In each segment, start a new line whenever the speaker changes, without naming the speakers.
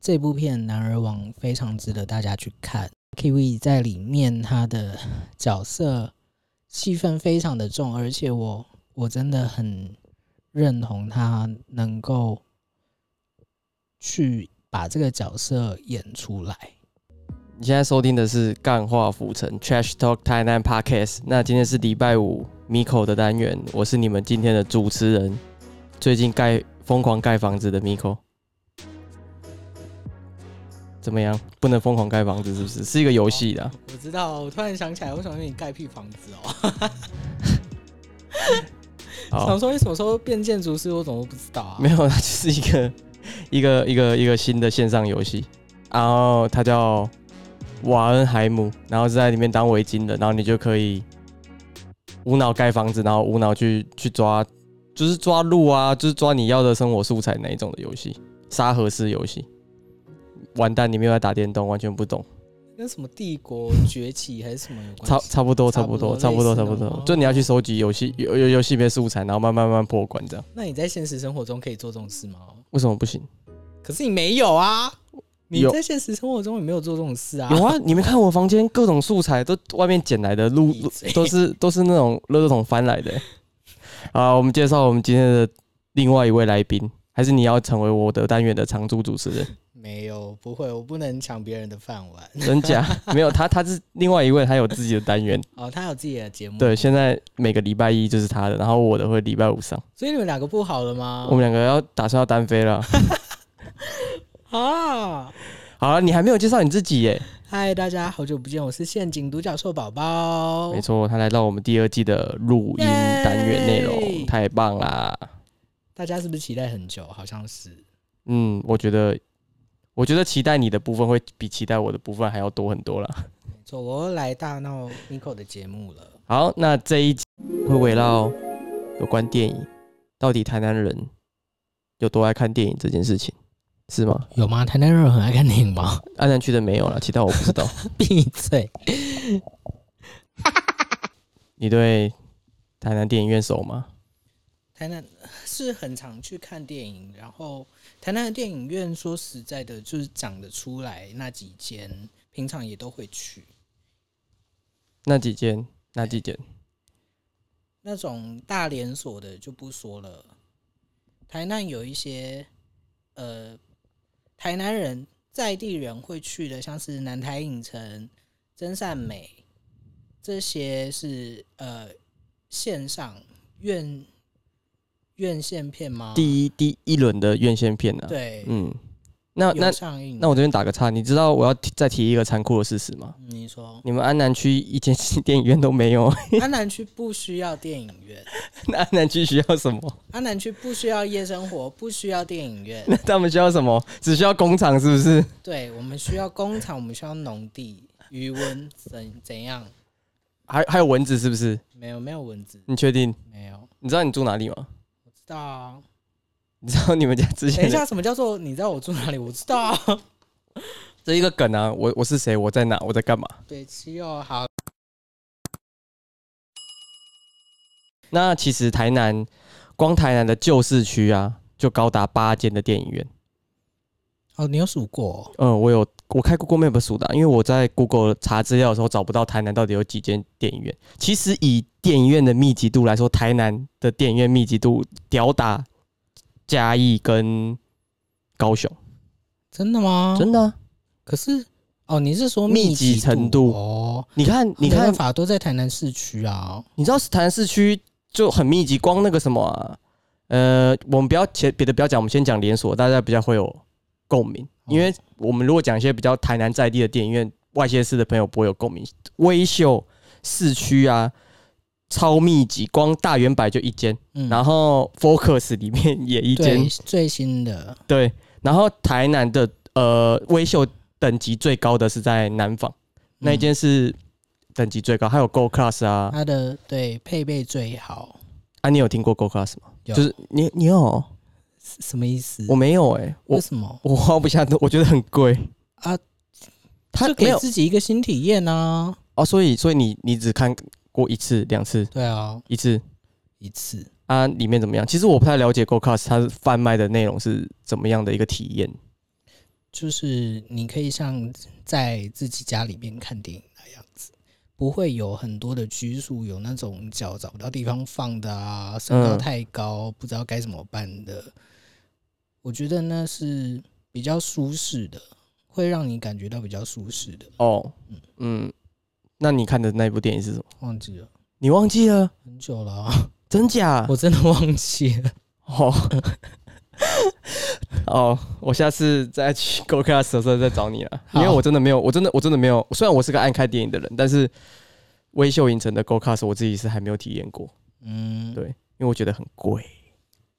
这部片《男儿王》非常值得大家去看。Kiwi 在里面他的角色戏份非常的重，而且我我真的很认同他能够去把这个角色演出来。
你现在收听的是《干话浮沉 Trash Talk 台南 Podcast》。那今天是礼拜五，Miko 的单元，我是你们今天的主持人。最近盖疯狂盖房子的 Miko，怎么样？不能疯狂盖房子是不是？是一个游戏的啊、
我知道，我突然想起来，为什么你盖屁房子哦？想
好，
说为什么说变建筑师，我怎么都不知道啊？
没有，它就是一个一个一个一个新的线上游戏，然后它叫瓦恩海姆，然后是在里面当围巾的，然后你就可以无脑盖房子，然后无脑去去抓，就是抓路啊，就是抓你要的生活素材那一种的游戏，沙盒式游戏。完蛋，你没有在打电动，完全不懂。
跟什么帝国崛起还是什么有
差
关系？
差不多，
差
差
不
不
多
多，差不多，
类似
差
的
不多
哦。
就你要去收集游戏游游游戏里面素材，然后慢慢慢慢破关这样。
那你在现实生活中可以做这种事吗？
为什么不行？
可是你没有啊，你
有
在现实生活中也没有做这种事啊。
有啊，你没看我房间各种素材都外面捡来的，录
闭
录
嘴
都是都是那种垃圾桶翻来 的欸。啊，我们介绍我们今天的另外一位来宾，还是你要成为我的单元的常驻主持 人？
没有，不会，我不能抢别人的饭碗。
真假？没有，他他是另外一位，他有自己的单元。
哦，他有自己的节目。
对，，现在每个礼拜一就是他的，然后我的会礼拜五上。
所以你们两个不好了吗？
我们两个要打算要单 飞了。
啊，
好了，你还没有介绍你自己耶？
嗨，大家好久不见，我是陷阱独角兽宝宝
没。错，他来到我们第二季的录音单元内容，
耶
太棒啦！
大家是不是期待很久？好像是。
嗯，我觉得，我觉得期待你的部分会比期待我的部分还要多很多啦。
没错，我又哦来大闹 Nico 的节目了。
好，那这一集会围绕有关电影，到底台南人有多爱看电影这件事情，是吗？
有吗？台南人很爱看电影吗？
安南区的没有啦，其他我不知道。
闭嘴！
你对台南电影院熟吗？
台南是很常去看电影，然后台南的电影院说实在的，就是讲得出来那几间，平常也都会去。
那几间？那几
嗯
间？
那种大连锁的就不说了，台南有一些呃，台南人在地人会去的，像是南台影城、真善美，这些是呃线上院院线片吗？
第一第一轮的院线片啊，
对，
嗯，那那
有嗯上映。
那我这边打个岔，你知道我要提再提一个残酷的事实吗？
你 说
你们安南区一间 新电影院都没有，
安南区不需要电影院，
那安南区需要什么？
安南区不需要夜生活，不需要电影院。
那他们需要什么？只需要工厂是不是？
对，我们需要工厂，我们需要农地、余温怎怎样？
还还有蚊子是不是？
没有，没有蚊子，
你确定？
没有，
你知道你住哪里吗？
我知道啊。
你知道你们家之
等
前
一
的
下，什么叫做你知道我住哪里？我知道、 啊。
这一个梗啊？我我是谁？我在哪？我在干嘛？
北七哦，好，
那其实台南光台南的旧市区啊，就高达八间的电影院。
哦，你有数过、
嗯，我有我开 Google Map 数的啊，因为我在 Google 查资料的时候找不到台南到底有几间电影院。其实以电影院的密集度来说，台南的电影院密集度吊打嘉义跟高雄，
真的吗？
真的啊、
可是哦，你是说
密集
集
程度
哦？
你看，
没
你看
办，法都在台南市区啊。
你知道台南市区就很密集，光那个什么啊，呃，我们不要前别的不要讲，我们先讲连锁，大家比较会有共鸣，因为我们如果讲一些比较台南在地的电影院，外县市的朋友不会有共鸣。微秀市区啊，超密集，光大圆百就一间，
嗯
然后 Focus 里面也一
对
间，
最新的
对，然后台南的呃微秀等级最高的是在南纺，那一、间是等级最高，还有 Go Class 啊
嗯，它的对配备最好，
啊，你有听过 Go Class 吗？
有
就是你你有哦，
是什么意思？
我没有哎、
为
我
什么？
我花不下多，我觉得很贵
啊。
他
就
没
给
有
自己一个新体验啊。
哦，所以所以你你只看过一次、两次、
对啊，
一次
一次。
啊，里面怎么样？其实我不太了解 Go Class 它贩卖的内容是怎么样的一个体验。
就是你可以像在自己家里面看电影那样子，不会有很多的拘束，有那种脚找不到地方放的啊，身高
嗯
太高、不知道该怎么办的。我觉得那是比较舒适的，会让你感觉到比较舒适的。
哦，嗯，那你看的那部电影是什么？
忘记了
你忘记了？
很久了啊、
真假？
我真的忘记了。
哦 哦，我下次再去 Go Class 的时候再找你了，因为
好
我真的没有，我真的我真的没有。虽然我是个爱看电影的人，但是微秀影城的 Go Class 我自己是还没有体验过，
嗯，
对因为我觉得很贵。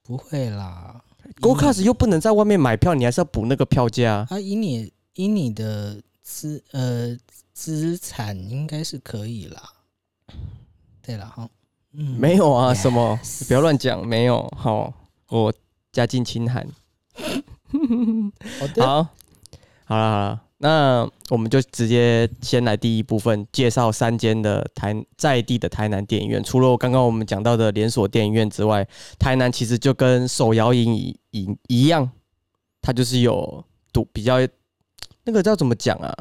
不会啦。
Go
以
Class 又不能在外面买票，你还是要补那个票价啊。
啊，以你以你的资呃资产应该是可以啦。对了哈，嗯，
没有啊，
Yes
什么？你不要乱讲，没有。好，我家境清寒。
好的，
好，好了好了，那我们就直接先来第一部分，介绍三间的台在地的台南电影院。除了我刚刚我们讲到的连锁电影院之外，台南其实就跟手摇影一一一样，它就是有独比较那个叫怎么讲啊？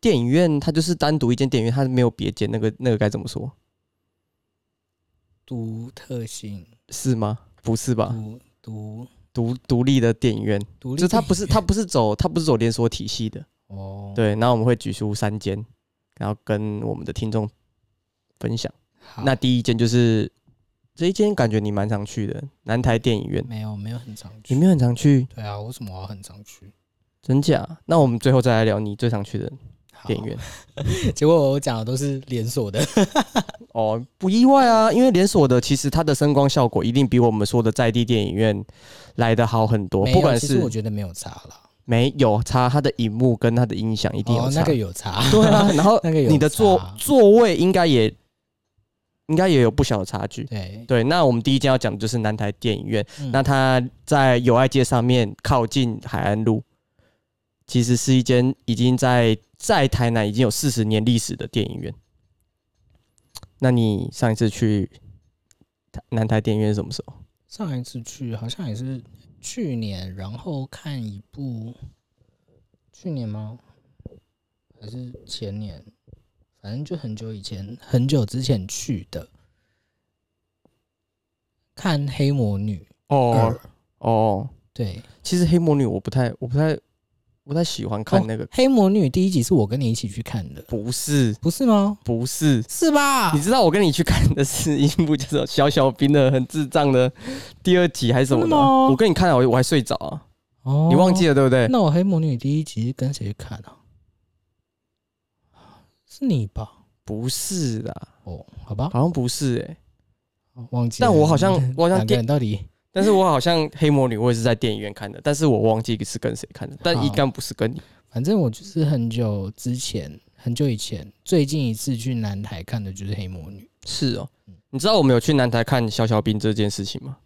电影院它就是单独一间电影院，它没有别间，那个那个该怎么说？
独特性，
是吗？不是吧？
独独
独独立的电影院，
独立
就是
电影，
它不是它不是走它不是走连锁体系的，
哦，，
对。然后我们会举出三间，然后跟我们的听众分享。
好，
那第一间就是这一间，感觉你蛮常去的南台电影院，
没有没有很常
你
去
没，有很常去，
对啊，为什么我要很常去
真假？那我们最后再来聊你最常去的
好
电影？院。
结果我讲的都是连锁的，
哦，不意外啊，因为连锁的其实它的声光效果一定比我们说的在地电影院来的好很多，
没
不
有
管
其实
是
我觉得没有差啦，
没有差，它的荧幕跟它的音响一定有
哦，
差。
那个有差，
对 啊，然后
那个有
你的座
差
座位应该也应该也有不小的差距。
对，
对，那我们第一间要讲的就是南台电影院，
嗯
那它在友爱街上面，靠近海岸路，其实是一间已经在在台南已经有四十年历史的电影院。那你上一次去台南台电影院是什么时候？
上一次去好像也是去年，然后看一部，去年吗？还是前年？反正就很久以前，很久之前去的，看《黑魔女二》
哦哦，
对，《
其实黑魔女我不太我不太不太喜欢看
哦
那个，
黑魔女》第一集是我跟你一起去看的，
不是
不是吗？
不是，
是吧
你？知道我跟你去看的是一部叫做《小小兵》的很智障的第二集还是什么
真的
的？
吗
我跟你看了，我我还睡着啊，
哦
你忘记了对不对？
那我《黑魔女》第一集是跟谁去看啊？是你吧？
不是啦，
哦，好吧，
好像不是哎、
忘记了。
但我好像我好像
两个
电
人到底
但是我好像《黑魔女》我也是在电影院看的，但是我忘记是跟谁看的，但
好
应该不是跟你。
反正我就是很久之前，很久以前，最近一次去南台看的就是《黑魔女》。
是哦，你知道我们有去南台看《小小兵》这件事情 吗？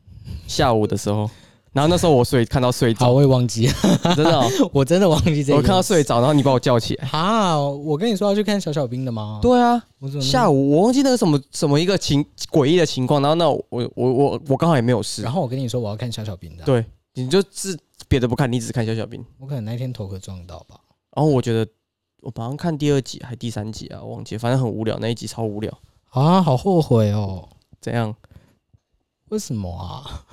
下午的时候，然后那时候我睡看到睡
好，
着，
我也忘记了，
真的哦、
我真的忘记这个。
我看到睡着，然后你把我叫起来。
啊！我跟你说要去看小小兵的吗？，
对啊，
我怎么
下
午？
午我忘记那个什么什么一个情诡异的情况，然后那我我我我刚好也没有事
然，后我跟你说我要看小小兵的啊、
对你就是别的不看，你只看小小兵。
我可能那天头壳撞到吧。
然后我觉得我好像看第二集还第三集啊，我忘记了，反正很无聊，那一集超无聊。
啊，好后悔哦！
怎样？
为什么啊？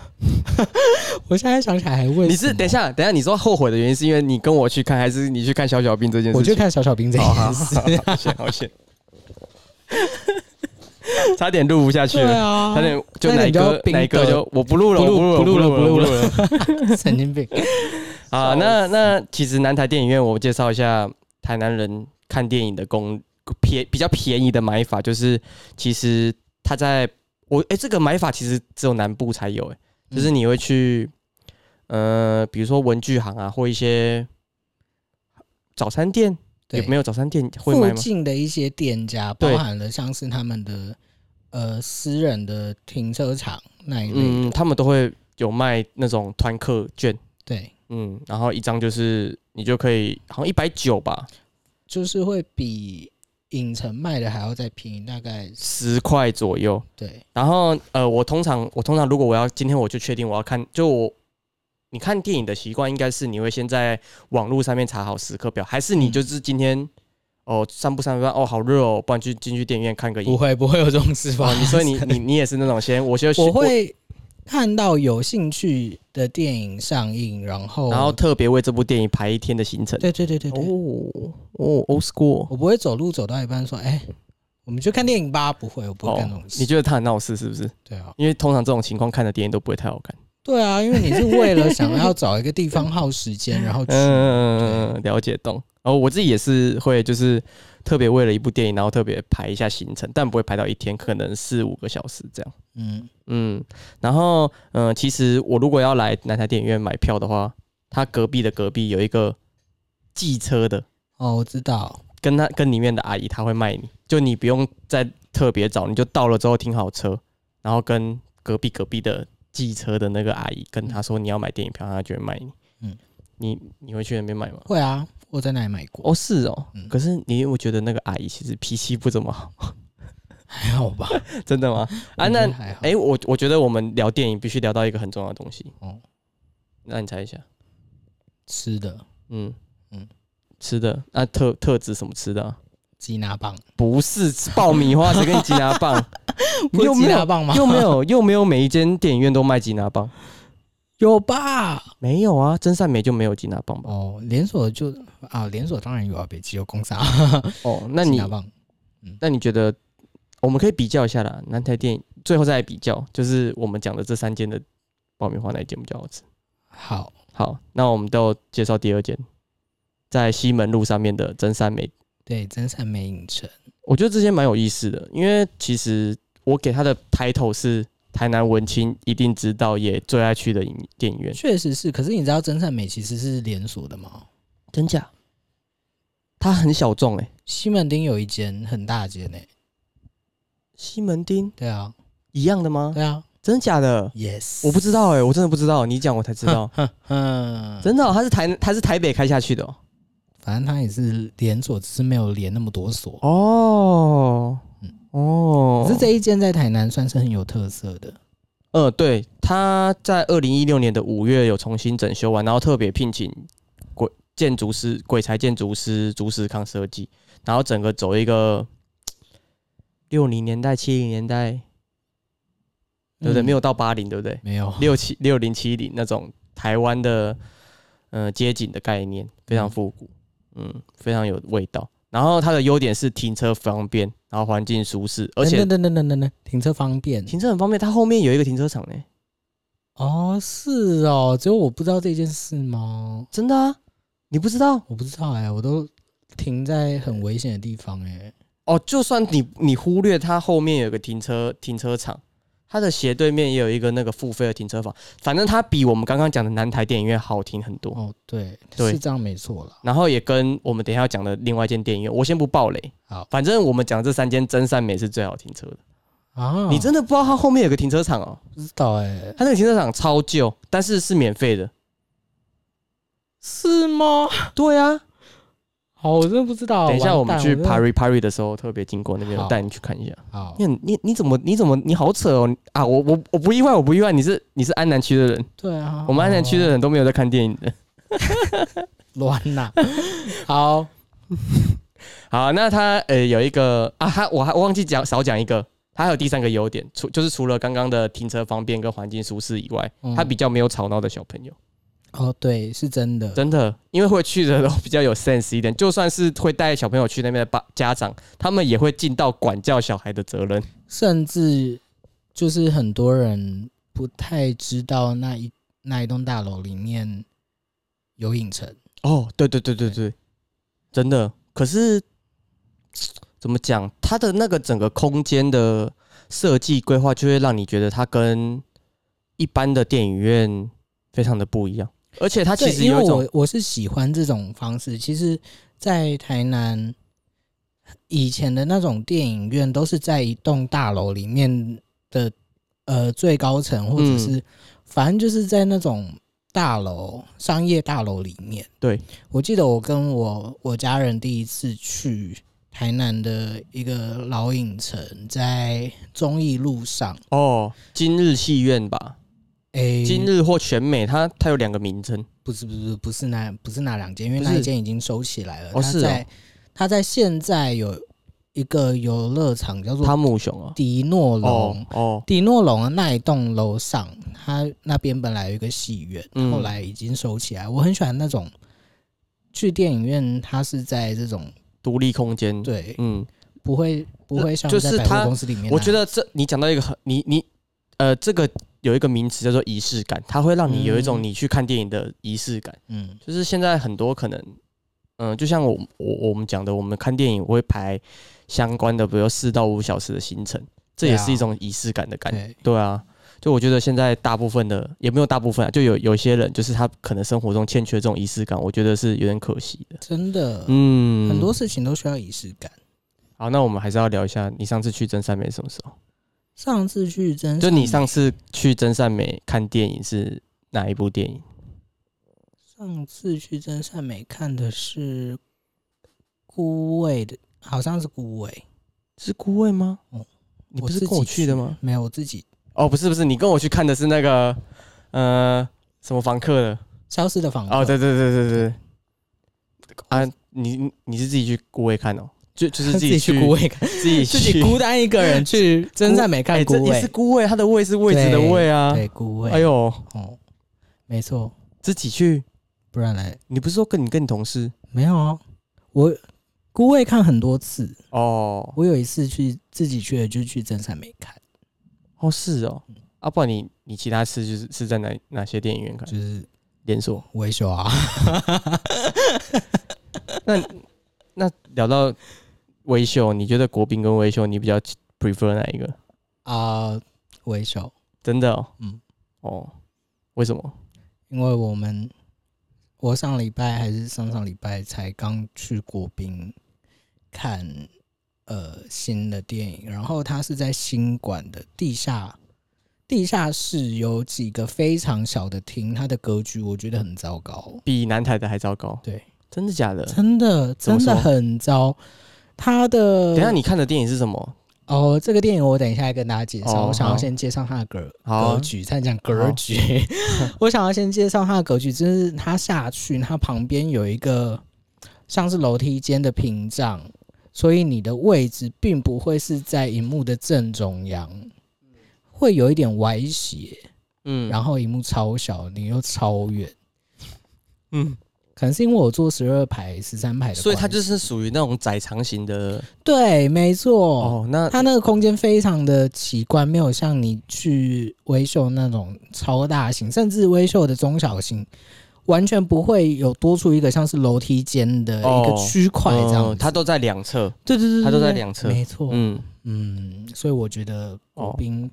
我现在想起来还为
你
什么啊
是等一，下等一下，你说后悔的原因是因为你跟我去看，还是你去看小小兵这件事情？
我就看小小兵这
好哦好
件事。
好 好好险好险，差点录不下去
对
了，
啊
差，点就
差点
哪一
就要
个
冰
哪一个
的
就我不录了，
不录
我
不
不
录
录
了
了，我
不
不
录
录了。
神经 病。
啊，那那其实南台电影院，我介绍一下台南人看电影的公便比较便宜的买法，就是其实他在我哎、诶这个买法其实只有南部才有哎、
嗯
诶就是你会去呃，比如说文具行啊，或一些早餐店，有
对
没有早餐店会
附
卖吗？
近的一些店家，
对
包含了像是他们的呃私人的停车场那一类，
嗯，他们都会有卖那种团客券，
对，
嗯，然后一张就是你就可以好像一百九吧，
就是会比影城卖的还要再便宜，大概
十块左右。
对，
然后呃，我通常我通常如果我要今天我就确定我要看，就我你看电影的习惯应该是你会先在网络上面查好时刻表，还是
嗯
你就是今天、哦散步散步哦好热哦，不然去进去电影院看个
不
影。
会不会有这种事吧
哦，？你所以你 你你也是那种先我就
我会看到有兴趣的电影上映，然后
然后特别为这部电影排一天的行程。
对对对对对，
哦哦，old school。
我不会走路走到一半说，哎、我们去看电影吧，不会，我不会干这种事。
哦你觉得他很闹事是不是？
对啊，
因为通常这种情况看的电影都不会太好看。
对啊，因为你是为了想要找一个地方耗时 间，然后去。
嗯，嗯了解懂。然后我自己也是会，就是特别为了一部电影，然后特别排一下行程，但不会排到一天，可能四五个小时这样。
嗯，
嗯，然后嗯、呃其实我如果要来南台电影院买票的话，它隔壁的隔壁有一个寄车的，
哦，我知道，
跟他跟里面的阿姨，他会卖你，就你不用再特别找，你就到了之后停好车，然后跟隔壁隔壁的寄车的那个阿姨跟他说你要买电影票，他就会卖你。嗯
嗯，
你你会去那边买吗？
会啊，我在那里买过，
哦，是哦。
嗯
可是你有没有觉得那个阿姨其实脾气不怎么好？
还好吧？
真的吗？
我
啊，
觉
那
得还好。
哎、我我觉得我们聊电影必须聊到一个很重要的东西。
哦，
那你猜一下，
吃的
嗯嗯
嗯，
吃的那、特特指什么吃的啊、
吉拿 棒，
不是爆米花，谁跟你吉 拿棒？你有
不是
没
吉
有
拿棒吗？
又没有又没有每一间电影院都卖吉拿棒，
有吧？
没有啊，真善美就没有吉拿棒吧？
哦，连锁就啊，连锁当然有啊，北极有工厂。
哦，那
吉
你
拿棒
那你觉得我们可以比较一下啦，南台电影最后再来比较，就是我们讲的这三间的爆米花哪一间比较好吃？
好，
好，那我们都介绍第二间，在西门路上面的真善美，
对，真善美影城。
我觉得这间蛮有意思的，因为其实我给它的 title 是台南文青一定知道也最爱去的影电影院，
确实是，可是你知道真善美其实是连锁的吗？
真假？它很小众哎、
西门町有一间很大间呢、
西门町
对啊，
一样的吗？
对啊
真假的？
，yes，
我不，知道哎、我真的不知道，你讲我才知 道。
嗯，
真的哦、它是台它是台北开下去的哦。
反正它也是连锁，只是没有连那么多锁。
哦
嗯
哦
可是这一间在台南算是很有特色的，
呃，对，他在二零一六年的五月有重新整修完，然后特别聘请鬼建筑师、鬼才建筑师朱石康设计，然后整个走一个六零年代、七零年代，对不对？
嗯
没有到八零，对不对？
没有
六七六零七零那种台湾的呃街景的概念，非常复古，嗯非常有味道。然后它的优点是停车方便，然后环境舒适，而且
等等等等等等，停车方便
停车很方便。它后面有一个停车场欸呢、
哦，是哦，只有我不知道这件事吗？
真的啊？你不知道？
我不知道哎、我都停在很危险的地方哎、
哦，就算你你忽略它后面有个停车停车场，它的斜对面也有一个那个付费的停车房，反正它比我们刚刚讲的南台电影院好停很多。
哦，对，
对
是这样没错啦。
然后也跟我们等一下要讲的另外一间电影院，我先不爆雷。
好
反正我们讲这三间真善美是最好停车的。
啊，
你真的不知道它后面有个停车场哦，
不知道哎、
它那个停车场超旧，但是是免费的。
是吗？
对啊，
好，我真的不知道。
等一下我们去
哦完蛋我
Paris Paris 的时候特别经过那边，
好
我带你去看一下。
真的好
你，很你你怎么你怎么你好扯哦啊！我我我不意外，我不意外，你是你是安南区的人，
对啊，
我们安南区的人都没有在看电影的。
乱呐。 好，
好，那他呃有一个啊，他我还我忘记讲少讲一个，他还有第三个优点，除就是除了刚刚的停车方便跟环境舒适以外，
嗯
他比较没有吵闹的小朋友，
哦，对，是真的。
真的，因为会去的都比较有 sense 一点，就算是会带小朋友去那边的爸家长，他们也会尽到管教小孩的责任。
甚至就是很多人不太知道那一那一栋大楼里面有影城，
哦，对对对对对，真的。可是怎么讲，它的那个整个空间的设计规划，就会让你觉得它跟一般的电影院非常的不一样，而且它其
对
实
因
有
为
一种
我我是喜欢这种方式。其实，在台南以前的那种电影院，都是在一栋大楼里面的呃最高层，或者
嗯
是、反正就是在那种大楼商业大楼里面。
对，
我记得我跟我我家人第一次去。台南的一个老影城在忠义路上，
哦，今日戏院吧，
诶、
今日或全美，它它有两个名称，
不是不是不是那不是那两间，因为
不是
那一间已经收起来了。它
哦是哦
在它在现在有一个游乐场叫做
汤姆熊啊，
迪诺龙
哦，哦，
迪诺龙的那一栋楼上，它那边本来有一个戏院，
嗯
后来已经收起来。我很喜欢那种去电影院，它是在这种
独立空间，
对，
嗯，
不会不会像
就是
在百
它
货公司里面那样。
我觉得这你讲到一个很，你你呃，这个有一个名词叫做仪式感，它会让你有一种
嗯
你去看电影的仪式感。
嗯
就是现在很多可能，嗯、就像我我我们讲的，我们看电影我会排相关的，比如四到五小时的行程，这
对
也
啊
是一种仪式感的感觉。
对
对啊，就我觉得现在大部分的也没有大部分啊，就有有一些人就是他可能生活中欠缺这种仪式感，我觉得是有点可惜的。
真的、
嗯，
很多事情都需要仪式感。
好，那我们还是要聊一下你上次去真善美是什么时候？
上次去真
就你
善
上次去真善美看电影是哪一部电影？
上次去真善美看的是孤味的，好像是孤味，
是孤味吗？
哦
你
我
不是
自
跟我
己
去的吗？
没有我自己
哦，不是不是，你跟我去看的是那个呃什么房客的？
消失的房客
哦，对对对对对。啊，你你你是自己去顾位看哦，就就是 自
自
己
己
去
去孤味看，
自 己
自
去
己孤单一个人 去真善美
哎，
看孤
这也
味
是，孤位，它的位是位置的位啊。
对孤味，
哎呦，
哦，没错，
自己去，
不然嘞
你不是说跟你跟你同事
没有啊，我孤味看很多次，
哦？
我有一次去自己去的就去真善美看，
哦是哦，啊，不然你你其他次就是是在哪哪些电影院看？
就是
连锁。
维修啊，
那聊到微秀，你觉得国宾跟微秀，你比较 prefer 哪一个？
啊维修，
真的、哦，
嗯
哦，为什么？
因为我们我上礼拜还是上上礼拜才刚去国宾看呃新的电影，然后它是在新馆的地下地下室有几个非常小的厅，它的格局我觉得很糟糕，
比南台的还糟糕？
对，
真的假的？
真的
怎么
真
说
的很糟。它的
等一下你看的电影是什么？
哦，这个电影我等一下来跟大家介绍。
哦
我想要
好
先介绍它的格
好
格局，再讲格局。 我想要先介绍它的格局，就是它下去，它旁边有一个像是楼梯间的屏障，所以你的位置并不会是在荧幕的正中央，会有一点歪斜，
嗯
然后荧幕超小，你又超远。
嗯，
可能是因为我坐十二排、十三排的关系，
所以它就是属于那种窄长型的
对，没错。
哦。那
它那个空间非常的奇观，没有像你去微秀那种超大型，甚至微秀的中小型，完全不会有多出一个像是楼梯间的一个
哦
区块这样子。
嗯它都在两侧。
对对对，
它都在
对
两侧
没错。嗯
嗯，
所以我觉得国
哦
宾、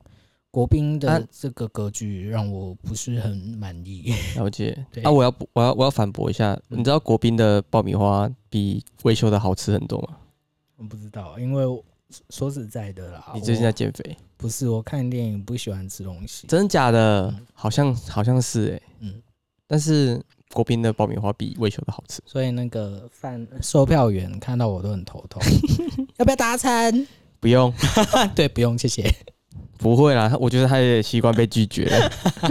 国宾
啊
的这个格局让我不是很满意。
了解
对。
啊，我要补我要我要反驳一下，
嗯
你知道国宾的爆米花比维修的好吃很多吗？
我不知道，因为我说实在的啦，
你最近在
我
减肥？
不是我看电影不喜欢吃东西，
真的假的
嗯？
好像好像是哎。
嗯
但是国宾的爆米花比维修的好吃。
所以那个饭售票员看到我都很头 痛，要不要搭餐？
不用，
啊对，不用，谢谢。
不会啦，我觉得他也习惯被拒绝了。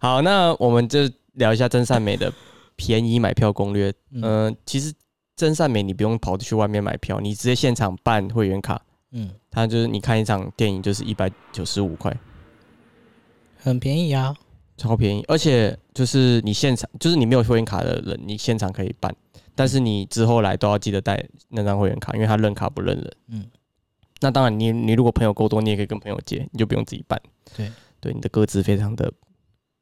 好，那我们就聊一下真善美的便宜买票攻略。
嗯、
嗯、其实真善美你不用跑去外面买票，你直接现场办会员卡，
嗯，
它就是你看一场电影就是一百九十五块，
很便宜啊。
超便宜。而且就是你现场，就是你没有会员卡的人，你现场可以办，但是你之后来都要记得带那张会员卡，因为他认卡不认人。
嗯，
那当然你，你如果朋友够多，你也可以跟朋友借，你就不用自己办。
对，
对，你的歌词非常的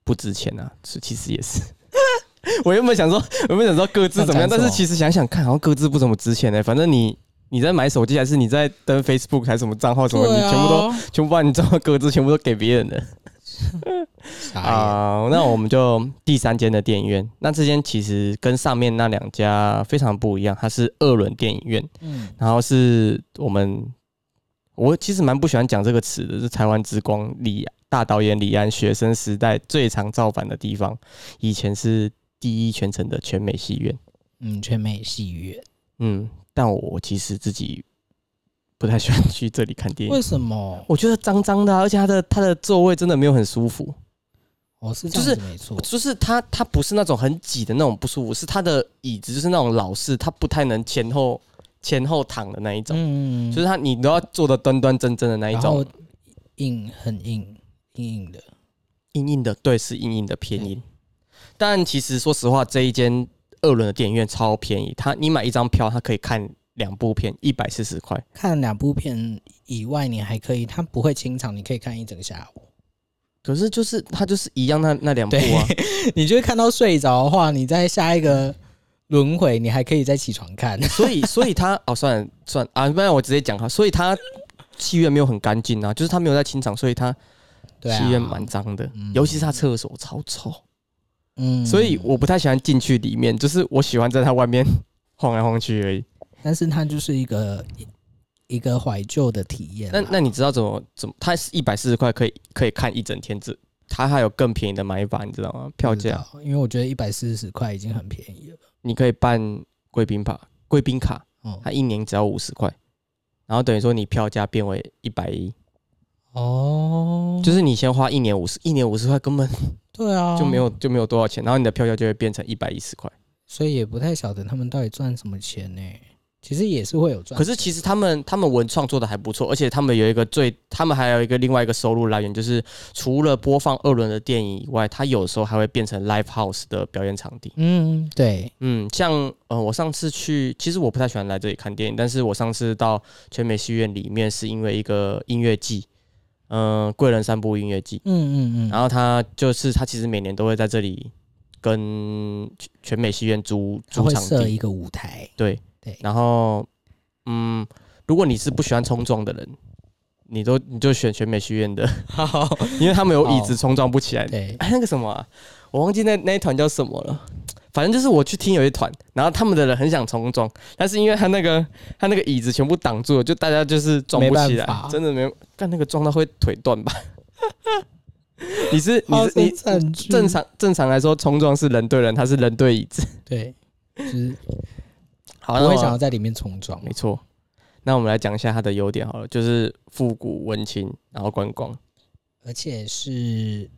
不值钱啊，是其实也是。 我原本想说，我原本想说各自怎么样，
想讲什么
但是其实想想看，好像各自不怎么值钱呢、欸反正你你在买手机，还是你在登 Facebook 还是什么账号什么，你全部都
对啊
全部把你账号各自全部都给别人了。
傻眼。
啊、那我们就第三间的电影院，那这间其实跟上面那两家非常不一样，它是二轮电影院。
嗯
然后是我们，我其实蛮不喜欢讲这个词的，是台湾之光李大导演李安学生时代最常造反的地方，以前是第一全城的全美戏院，
嗯，全美戏院，
嗯，但我我其实自己不太喜欢去这里看电
为
影，
什么？
我觉得脏脏的啊、而且它的它的座位真的没有很舒服，
哦，是这样
就是
子没错，
就是它它不是那种很挤的那种不舒服，是它的椅子就是那种老式，它不太能前后前后躺的那一种，
嗯，
就是它你都要坐的端端正正的那一
然
种
后，硬很硬硬硬的，
硬硬的，对，是硬硬的偏硬。但其实说实话，这一间二轮的电影院超便宜，它你买一张票，它可以看两部片，一百四十块。
看两部片以外，你还可以，它不会清场，你可以看一整下午。
可是就是它就是一样那那两部啊，
你就会看到睡着的话，你在下一个轮回，你还可以再起床看。
所以所以它哦算了算了啊，不然我直接讲哈，所以它戏院没有很干净啊，就是它没有在清场，所以它
对啊，
戏院蛮脏的，
嗯
尤其是它厕所超臭，
嗯
所以我不太喜欢进去里面，就是我喜欢在它外面 晃来晃去而已。
但是它就是一个一个怀旧的体验啦。
那那你知道怎么怎么？它是一百四十块可以可以看一整天，这它还有更便宜的买法，你知道吗？票
不知
价
道，因为我觉得一百四十块已经很便宜了。
你可以办贵宾卡，贵宾卡
哦
它一年只要五十块，然后等于说你票价变为一百一，
哦，
就是你先花一年五十，一年五十块根本
对啊，
就没，有就没有多少钱，然后你的票价就会变成一百一十块。
所以也不太晓得他们到底赚什么钱呢、其实也是会有赚，
可是其实他们他们文创做的还不错，而且他们有一个最，他们还有一个另外一个收入来源，就是除了播放二轮的电影以外，它有时候还会变成 live house 的表演场地。
嗯，对，
嗯，像呃，我上次去，其实我不太喜欢来这里看电影，但是我上次到全美戏院里面是因为一个音乐季，嗯、贵人散步音乐季，
嗯嗯嗯，
然后他就是他其实每年都会在这里跟全全美戏院租
他
租
会
场
设
地，
一个舞台，
对
对
然后，嗯，如果你是不喜欢冲撞的人，你都你就选选美学 院的，
好，
因为他们有椅子冲撞不起来。
对，
哎，那个什么、啊，我忘记那那一团叫什么了。反正就是我去听有一团，然后他们的人很想冲撞，但是因为他那个他那个椅子全部挡住了，就大家就是撞不起
没
来
办，法
真的没有干那个撞到会腿断吧？ 你是你是你
你
正常正常来说冲撞是人对人，他是人对椅子，
对，就是
好，
不
那
会
我
想要在里面重装。
没错。那我们来讲一下它的优点好了，就是复古温情，然后观光。
而且是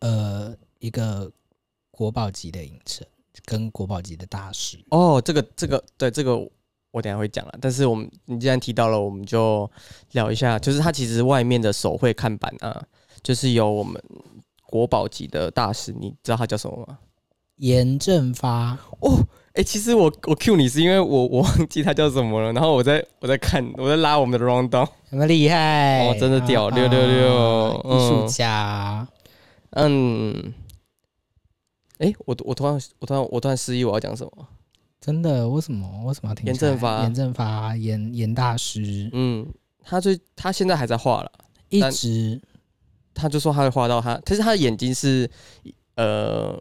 呃一个国宝级的影城，跟国宝级的大师。
哦，这个这个对这个我等一下会讲啊了，但是我们你既然提到了，我们就聊一下，就是它其实外面的手绘看板啊，就是有我们国宝级的大师，你知道他叫什么吗？
严正发，
哎、其实我我 Q 你是因为我我忘记他叫什么了，然后我在我在看我在拉我们的 round down，
什么厉害？
哦真的屌
啊
666
艺术
嗯
家。
嗯，哎、我我突然我突然我突然失忆，我要讲什么？
真的？为什么？为什么要停下来？
严正发啊
严正发，严严大师
嗯，他最他现在还在画了，
一
但
直
他就说他会画到他，可是他的眼睛是呃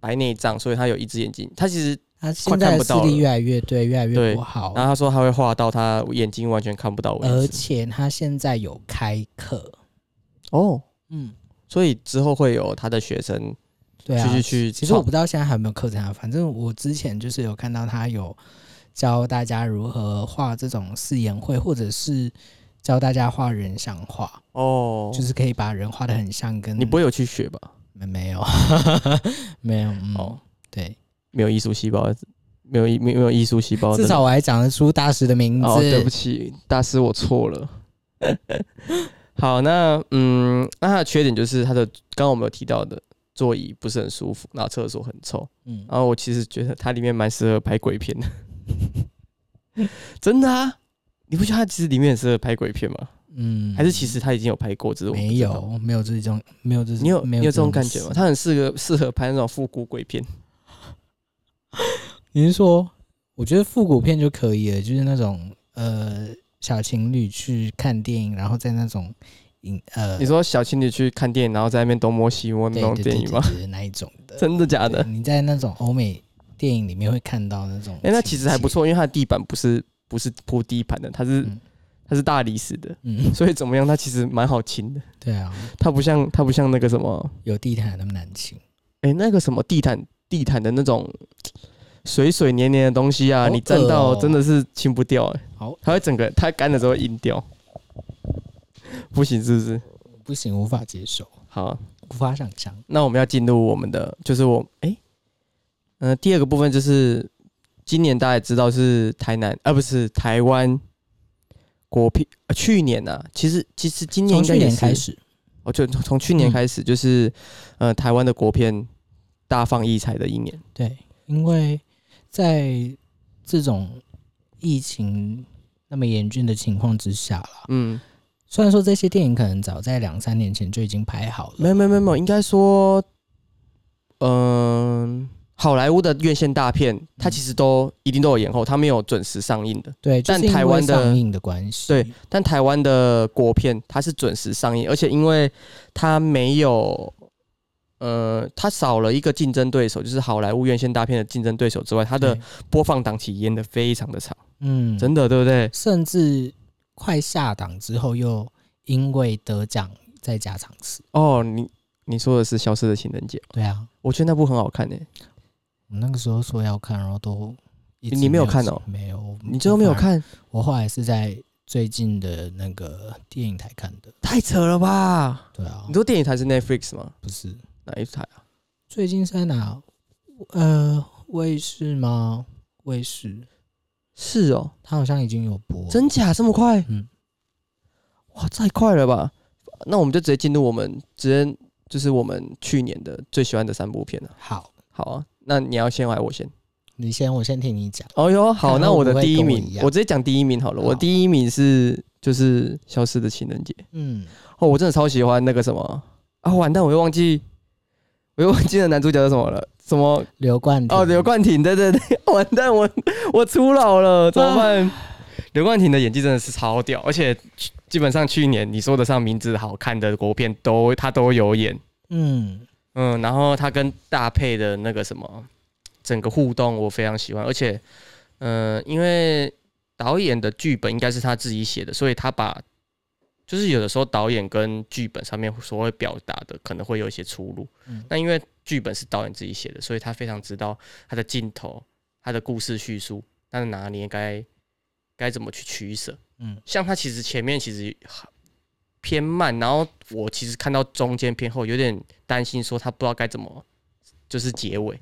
白内障，所以他有一只眼睛。他其实，
他现在的
看不
视
到
力
了
越来越对，越来越
对啊
不好
然。后他说他会画到他眼睛完全看不到
而
为止。
且他现在有开课，
哦，
嗯，
所以之后会有他的学生
对啊，
去去去。
其实我不知道现在还有没有课程啊，反正我之前就是有看到他有教大家如何画这种四言会，或者是教大家画人像画，
哦，
就是可以把人画的很像跟
你不会有去学吧？
没没有没有、嗯、
哦
哦，对，
没有艺术细胞，没有艺没有没有艺术细胞哦的。
至少我还讲得出大师的名字。
哦，对不起，大师，我错了。 好，那嗯，那它的缺点就是它的，刚刚我们有提到的座椅不是很舒服，然后厕所很臭，
嗯，
然后我其实觉得它里面蛮适合拍鬼片的，真的 啊！你不觉得它其实里面很适合拍鬼片吗？
嗯，
还是其实他已经有拍过，只是我不
没
知道
有没有这种没有这种
你有
没
你有这种
事
感觉吗？？它很适合适合拍那种复古鬼片，
你是说，我觉得复古片就可以了，就是那种呃小情侣去看电影，然后在那种影呃，
你说小情侣去看电影，然后在那边东摸西摸那
对
种
对
电
对
影
对
吗？
对，那一种的，
真的假 的
对？你在那种欧美电影里面会看到那种，
哎、那其实还不，错，因为它的地板不是不是铺地板的，它是、
嗯
它是大理石的，
嗯，
所以怎么样，它其实蛮好清的。
对啊，
它不像它不像那个什么，
有地毯那么难清
哎、那个什么地毯地毯的那种水水黏黏的东西啊，
好恶
你沾到
哦
真的是清不掉、哎，
好，
它会整个它干的时候会硬掉，不行是不是？
不行，无法接受，
好，
无法想象。
那我们要进入我们的，就是我哎，嗯、呃第二个部分就是今年大家也知道是台南，啊，不是台湾国乒、呃去年啊，其实其实今年
从
应该
去
也
年
是
开，始，
哦，就从从去年
嗯
开始，就是、呃台湾的国片大放异彩的一年，
对，因为在这种疫情那么严峻的情况之下啦，
嗯，
虽然说这些电影可能早在两三年前就已经拍好
没
了，
有没有没有没有，应该说，嗯、好莱坞的院线大片，它其实都一定都有延后，它没有准时上映的。
对，就
但
是因
台
为
湾的
上映的关系，
对，但台湾的国片它是准时上映，而且因为它没有，呃，它少了一个竞争对手，就是好莱坞院线大片的竞争对手之外，它的
对，
播放档期延的非常的长，
嗯，
真的对不对？
甚至快下档之后，又因为得奖再加场次。
哦，你你说的是《消失的情人节》吗，
对啊，
我觉得那部很好看诶、欸
我那个时候说要看，然后都一直
你没有看哦
没有，
你最后没有
我反而？
看，
我后来是在最近的那个电影台看的。
太扯了吧？
对啊
你，说电影台是 Netflix 吗？
不是
哪一台啊？
最近是在哪？呃，卫视吗？卫视，
是哦，
它好像已经有播。
真假这么快？
嗯，
哇，太快了吧！那我们就直接进入我们直接就是我们去年的最喜欢的三部片了、
好，
好啊，那你要先还是我先？
你先，我先听你讲。
哦哟，好，
看
那
会
我的
不会
第一
跟我
名
一，
我
样
直接讲第一名好了。
好
我第一名是就是《消失的情人节》
嗯，
哦，我真的超喜欢那个什么啊，完蛋，我又忘记，我又忘记了男主角是什么了，什么
刘冠廷
哦，刘冠廷，对对 对，完蛋，我我初老了，怎么办？刘冠廷的演技真的是超屌，而且基本上去年你说得上名字好看的国片都他都有演，
嗯，
嗯，然后他跟大配的那个什么整个互动我非常喜欢，而且嗯、呃因为导演的剧本应该是他自己写的，所以他把就是有的时候导演跟剧本上面所会表达的可能会有一些出入。
嗯
那因为剧本是导演自己写的，所以他非常知道他的镜头、他的故事叙述、他的拿捏该该怎么去取舍。
嗯，
像他其实前面其实偏慢，然后我其实看到中间偏后有点担心，说他不知道该怎么就是结尾。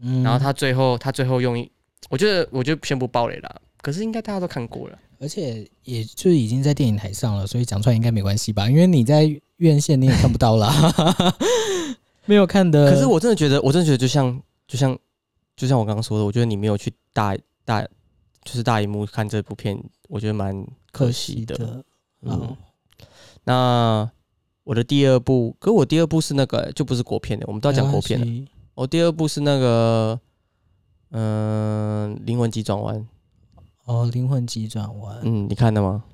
嗯
然后他最后他最后用一，我觉得我就先不爆雷啦。可是应该大家都看过了，
而且也就已经在电影台上了，所以讲出来应该没关系吧？因为你在院线你也看不到啦， 没有看的。
可是我真的觉得，我真的觉得就像就像就像我刚刚说的，我觉得你没有去大大就是大荧幕看这部片，我觉得蛮可
可
惜
惜
的。
的，
嗯
嗯，
那我的第二部，可我第二部是那个、就不是国片的，我们都要讲国片
没
的。
关系
我第二部是那个嗯、灵魂急转弯，
哦，《灵魂急转弯》
嗯，你看了吗？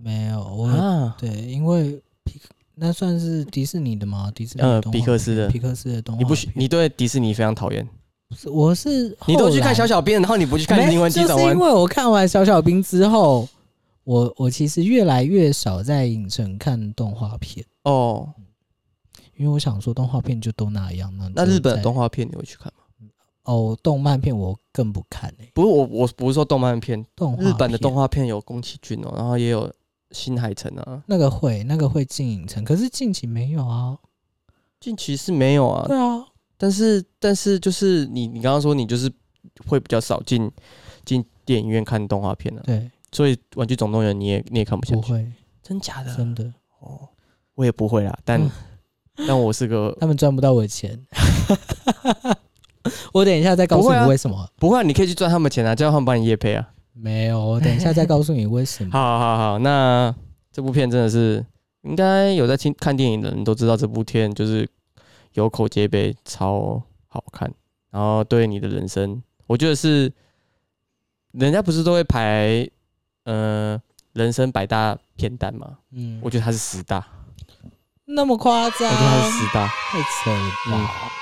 没有我、
啊，
对，因为皮那算是迪士尼的吗？迪士尼
呃
的动画
皮克斯的
片皮克斯的动画
你
片，
不喜哦你对迪士尼非常讨厌，
不是我是
你都去看小
小
小兵，然后你不去看灵魂急转
就是
弯
因。为我看完小小兵之后，我我其实越来越少在影城看动画片。
哦，
因为我想说动画片就都那样，那
那
就
日本
在
的动画片你会去看吗？
哦，动漫片我更不看诶、
不是我，我不是说动漫片，
动画
日本
片
的动画片有宫崎骏哦，然后也有新海诚啊，
那个会那个会进影城，可是近期没有啊。
近期是没有啊，
对啊，
但是但是就是你你刚刚说你就是会比较少进进电影院看动画片了、啊，
对，
所以《玩具总动员》你也你也看不下
不
去，
会，啊
真假的？
真的，
哦，我也不会啦，但、
嗯
但我是个
他们赚不到我的钱。 我等一下再告诉
不会啊
你为什么。
不会啊、你可以去赚他们钱啊，叫他们帮你夜配啊。
没有，我等一下再告诉你为什么。
好好好，那这部片真的是应该有在听看电影的人都知道，这部片就是有口皆碑，超好看。然后对你的人生，我觉得是人家不是都会排呃人生百大片单嘛？
嗯，
我觉得它是十大，
那么夸张
我，觉得它是十大，嗯
太扯了吧？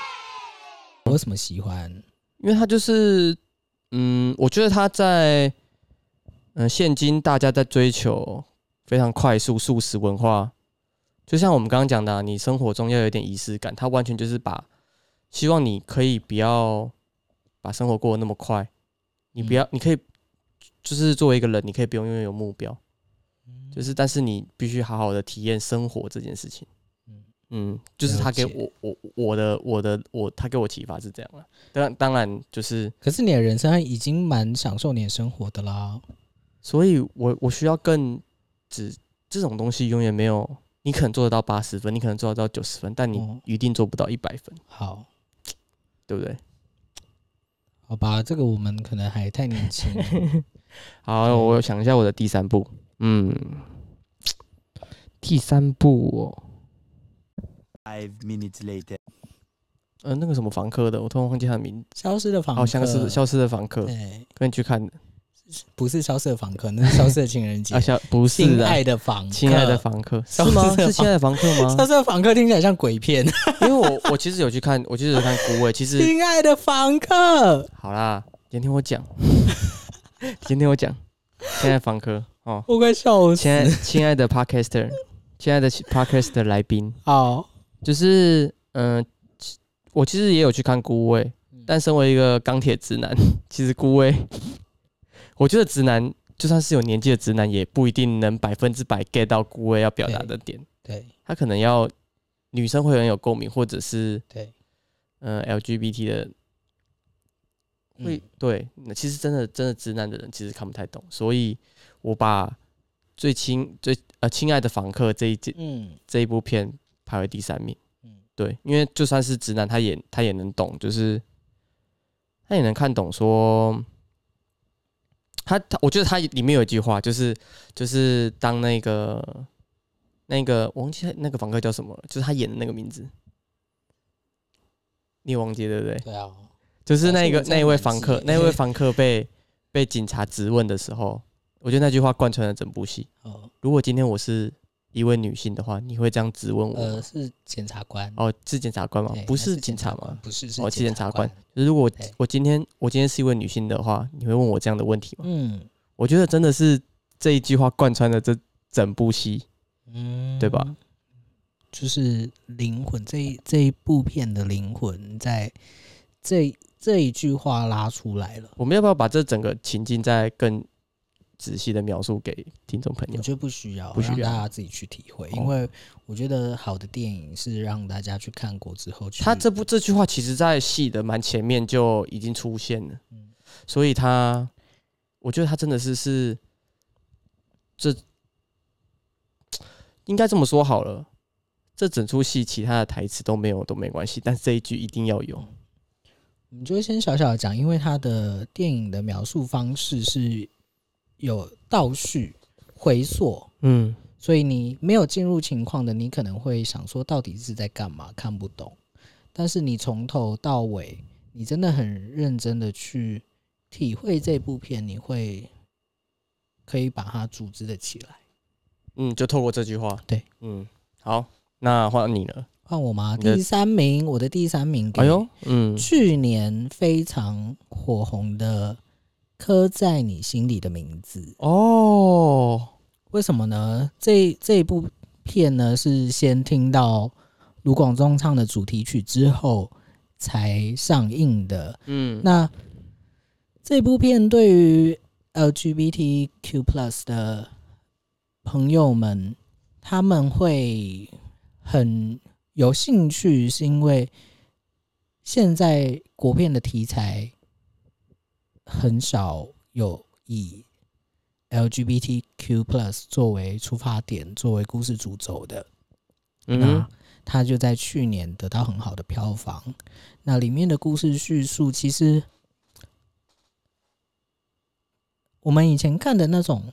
我为什么喜欢？
因为它就是嗯，我觉得它在嗯、呃现今大家在追求非常快速速食文化，就像我们刚刚讲的啊、你生活中要有一点仪式感，它完全就是把希望你可以不要把生活过得那么快，你不要，
嗯
你可以就是作为一个人，你可以不用拥有目标，就是但是你必须好好的体验生活这件事情。
嗯
嗯，就是他给
了
我我我的我的我他给我启发是这样啊。当然当然就是，
可是你的人生已经蛮享受你的生活的啦。
所以我我需要更只这种东西永远没有，你可能做得到八十分，你可能做得到九十分，但你
哦
一定做不到一百分，
好，
对不对？
好吧，这个我们可能还太年轻了。
好，我想一下我的第三步，嗯，第三步哦，
Five minutes later.
呃，那个什么房客的，我突然忘记他的名字，
消失的房客，
好像是哦消失的房客，
对，
跟你去看的
不是消失的房客，那是消失的情人节
啊，。消不是
亲
的，
爱的房客，
亲爱的房客是
消失
吗？
的
是亲爱的房客
消
吗？
失的房客听起来像鬼片。
因为我我其实有去看，我其实有看孤味，其 实
亲爱的房客，
好啦，今天我讲， 今天我讲，亲爱的房客哦，
我快笑死
亲。爱亲爱的 podcaster，亲爱的 podcaster 来宾，
好，
就是嗯、呃其我其实也有去看《孤味》，
嗯
但身为一个钢铁直男， 其实《孤味》，我觉得直男就算是有年纪的直男，也不一定能百分之百 get 到《孤味》要表达的点，
对
他可能要女生会很有共鸣，或者是
对，
嗯、呃 LGBT 的会、
嗯
对，那其实真的真的直男的人其实看不太懂，所以我把最亲最呃亲爱的房客这一这
嗯
这一部片排为第三名。
嗯
对，因为就算是直男，他也他也能懂，就是他也能看懂说，他他我觉得他里面有一句话，就是就是当那个那个我忘记他那个房客叫什么了，就是他演的那个名字，你也忘记对不对？
对啊，
就是那
但
一
是
个
我真的
那一位
忘
房
记
客
耶，
那一位房客被被警察质问的时候，我觉得那句话贯穿了整部戏。
哦，
如果今天我是一位女性的话，你会这样质问我吗？
呃，是检察官，
哦，是检察官吗
对？
不
他
是警
检
察
官
吗？
不是，
哦
是
是检察官。就是如果我
对
我今天我今天是一位女性的话，你会问我这样的问题吗？
嗯
我觉得真的是这一句话贯穿了这整部戏。
嗯，
对吧？
就是灵魂这一这一部片的灵魂，在这这一句话拉出来了。
我们要不要把这整个情境再更仔细的描述给听众朋
我
友？
觉得不需要，
不需要
让大家自己去体会，因
哦
为我觉得好的电影是让大家去看过之后去。
他这部这句话其实在戏的蛮前面就已经出现了，
嗯
所以他，我觉得他真的是是这应该这么说好了。这整出戏其他的台词都没有都没关系，但是这一句一定要有。
我们就先小小的讲，因为它的电影的描述方式是有倒叙、回溯，
嗯，
所以你没有进入情况的，你可能会想说到底是在干嘛，看不懂。但是你从头到尾，你真的很认真的去体会这部片，你会可以把它组织的起来。
嗯，就透过这句话，
对，
嗯，好，那换你了。
换我吗？
你的
第三名，我的第三名给
哎呦，嗯，
去年非常火红的《刻在你心里的名字》。
哦，
为什么呢？这这一部片呢，是先听到卢广仲唱的主题曲之后才上映的。
嗯，
那这部片对于 LGBTQ plus 的朋友们，他们会很有兴趣，是因为现在国片的题材很少有以 LGBTQ plus 作为出发点、作为故事主轴的。
嗯
那它就在去年得到很好的票房。那里面的故事叙述，其实我们以前看的那种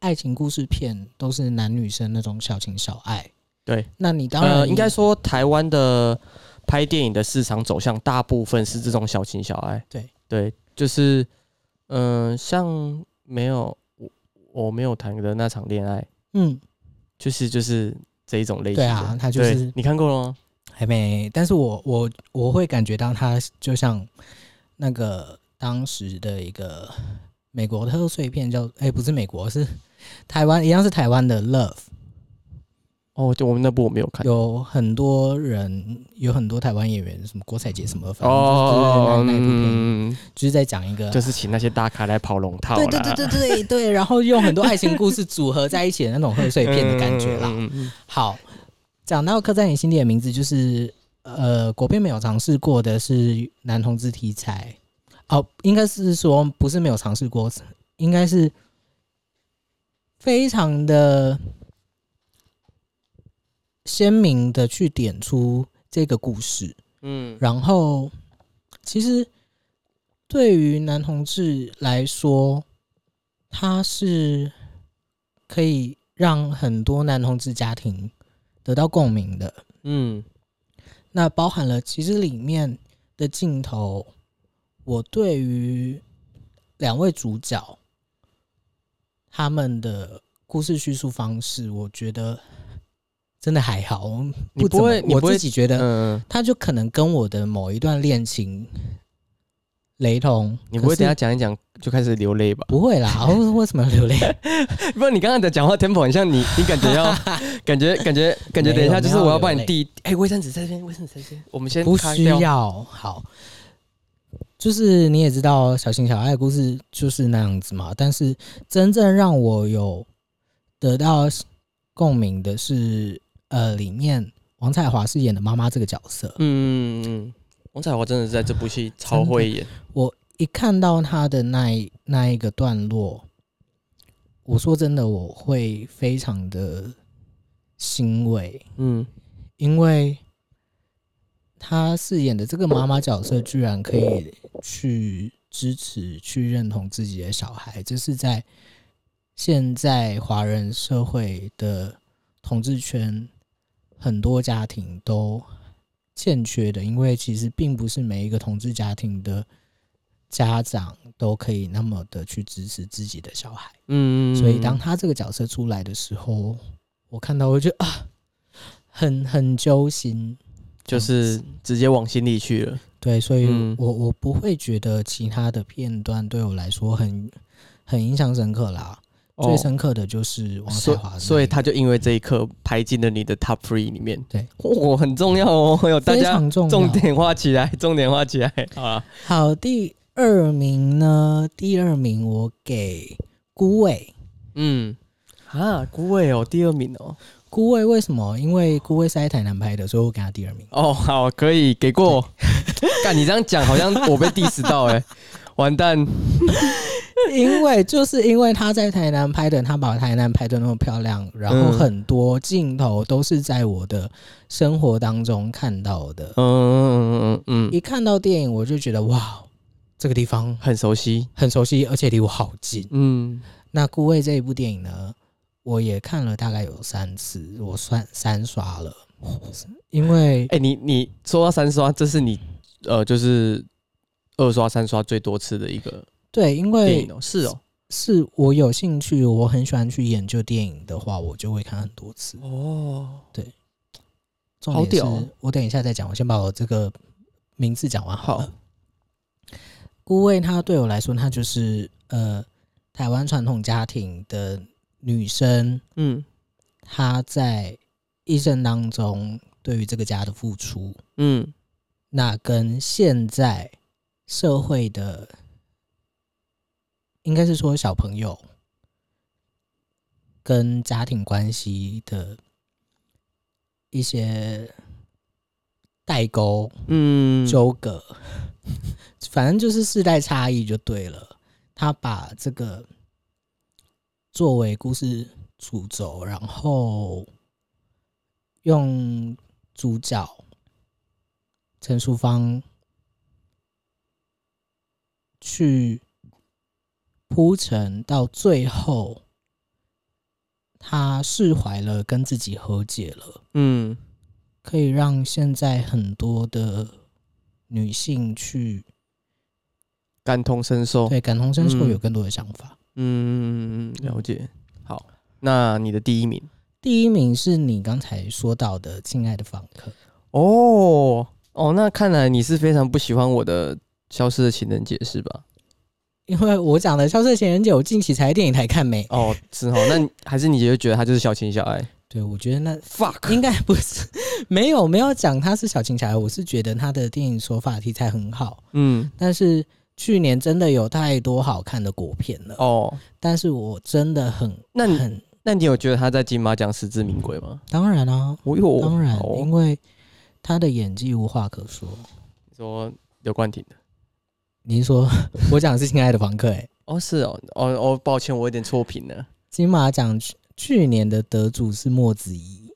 爱情故事片，都是男女生那种小情小爱。
对，
那你当然、
呃，应该说台湾的拍电影的市场走向，大部分是这种小情小爱。
对
对，就是嗯、呃像没有我我没有谈的那场恋爱，
嗯
就是就是这一种类型
对
的。
啊它就是
对你看过了吗？
还没，但是我我我会感觉到它就像那个当时的一个美国特碎片叫哎、不是美国是台湾一样是台湾的 Love。
哦，就我们那部我没有看。
有很多人，有很多台湾演员，什么郭采洁什么，
哦
反
哦
正就是那那一部片，
嗯，
就是在讲一个，
就是请那些大咖来跑龙套啦。
对对对对对对，然后用很多爱情故事组合在一起的那种贺岁片的感觉
嗯
啦。
嗯嗯嗯
好，讲到刻在你心底的名字，就是呃，国片没有尝试过的是男同志题材，哦，应该是说不是没有尝试过，应该是非常的鲜明的去点出这个故事。
嗯
然后，其实对于男同志来说，他是可以让很多男同志家庭得到共鸣的。
嗯
那包含了其实里面的镜头，我对于两位主角他们的故事叙述方式，我觉得真的还好。
你
怎
不会
么
你
我
不会
自己觉得，
嗯，
他就可能跟我的某一段恋情雷同。
你不会
可是
等一下讲一讲就开始流泪吧？
不会 啦，为为什么流泪？
不然你刚刚的讲话 tempo 很像你，你感觉要 感觉感觉感觉等一下就是我要帮你递，哎，卫生纸在这边，卫生纸在这边，我们先
不
擦
需
掉。
要。好，就是你也知道，小情小爱的故事就是那样子嘛。但是真正让我有得到共鸣的是，呃，里面王彩华饰演的妈妈这个角色。
嗯嗯嗯，王彩华真的是在这部戏超会演，
我一看到她的那一那一个段落，我说真的，我会非常的欣慰。
嗯
因为他饰演的这个妈妈角色，居然可以去支持、去认同自己的小孩，这是在现在华人社会的统治圈，很多家庭都欠缺的。因为其实并不是每一个统治家庭的家长都可以那么的去支持自己的小孩。
嗯，嗯
所以当他这个角色出来的时候，我看到我就啊，很很揪心。
就是直接往心里去了。
对，所以我、
嗯
我不会觉得其他的片段对我来说很很印象深刻啦。最深刻的就是王彩
哦所
华的那一个，
所以他就因为这一刻排进了你的 top three 里面。
对，
我、很重要哦，有大
非
家
常重要
重点画起来，重点画起来啊！
好。第二名呢？第二名我给孤伟。
嗯，啊，孤味哦，第二名哦，
孤味为什么？因为孤味是在台南拍的，所以我给他第二名。
哦，好，可以给过。 干，你这样讲好像我被 diss 到 哎、完蛋，
因为就是因为他在台南拍的，他把台南拍的那么漂亮，然后
嗯
很多镜头都是在我的生活当中看到的。
嗯嗯嗯嗯，
一看到电影，我就觉得哇，这个地方
很熟悉，
很熟悉，而且离我好近。
嗯
那《孤味》这一部电影呢，我也看了大概有三次，我算三刷了，因为
哎、你你说到三刷，这是你呃，就是二刷三刷最多次的一个
对，因
电
为
影哦、是哦，
是我有兴趣，我很喜欢去研究电影的话，我就会看很多次。
哦，
重
好
点是，
屌哦
我等一下再讲，我先把我这个名字讲完好了。
好
孤味她对我来说，她就是呃台湾传统家庭的女生，
嗯
她在一生当中对于这个家的付出，
嗯。
那跟现在社会的，应该是说小朋友跟家庭关系的一些代沟、
嗯，
纠葛， 反正就是世代差异就对了。他把这个作为故事主轴，然后用主角陈淑芳去铺陈到最后，他释怀了，跟自己和解了。
嗯
可以让现在很多的女性去
感同身受，
对感同身受
嗯
有更多的想法。
嗯，了解。好，那你的第一名
第一名是你刚才说到的《亲爱的访客》，
哦哦，那看来你是非常不喜欢我的《消失的情人节》是吧？
因为我讲的《消失的情人节》，我近期才在电影台看没。
哦，是哦，那你还是你就觉得他就是小情小爱
对，我觉得那
？fuck，
应该不是，没有没有讲他是小情小爱，我是觉得他的电影手法题材很好，
嗯，
但是去年真的有太多好看的国片了，
哦，嗯
但是我真的很
那你
很
那你有觉得他在金马奖实至名归吗？
当然啊，
我有，
当然，
好哦
因为他的演技无话可说。
你说刘冠廷的
你是说 我讲的是《亲爱的房客》哎，
哦，是哦，哦哦，抱歉，我有点错评了。
金马奖去去年的得主是莫子仪，《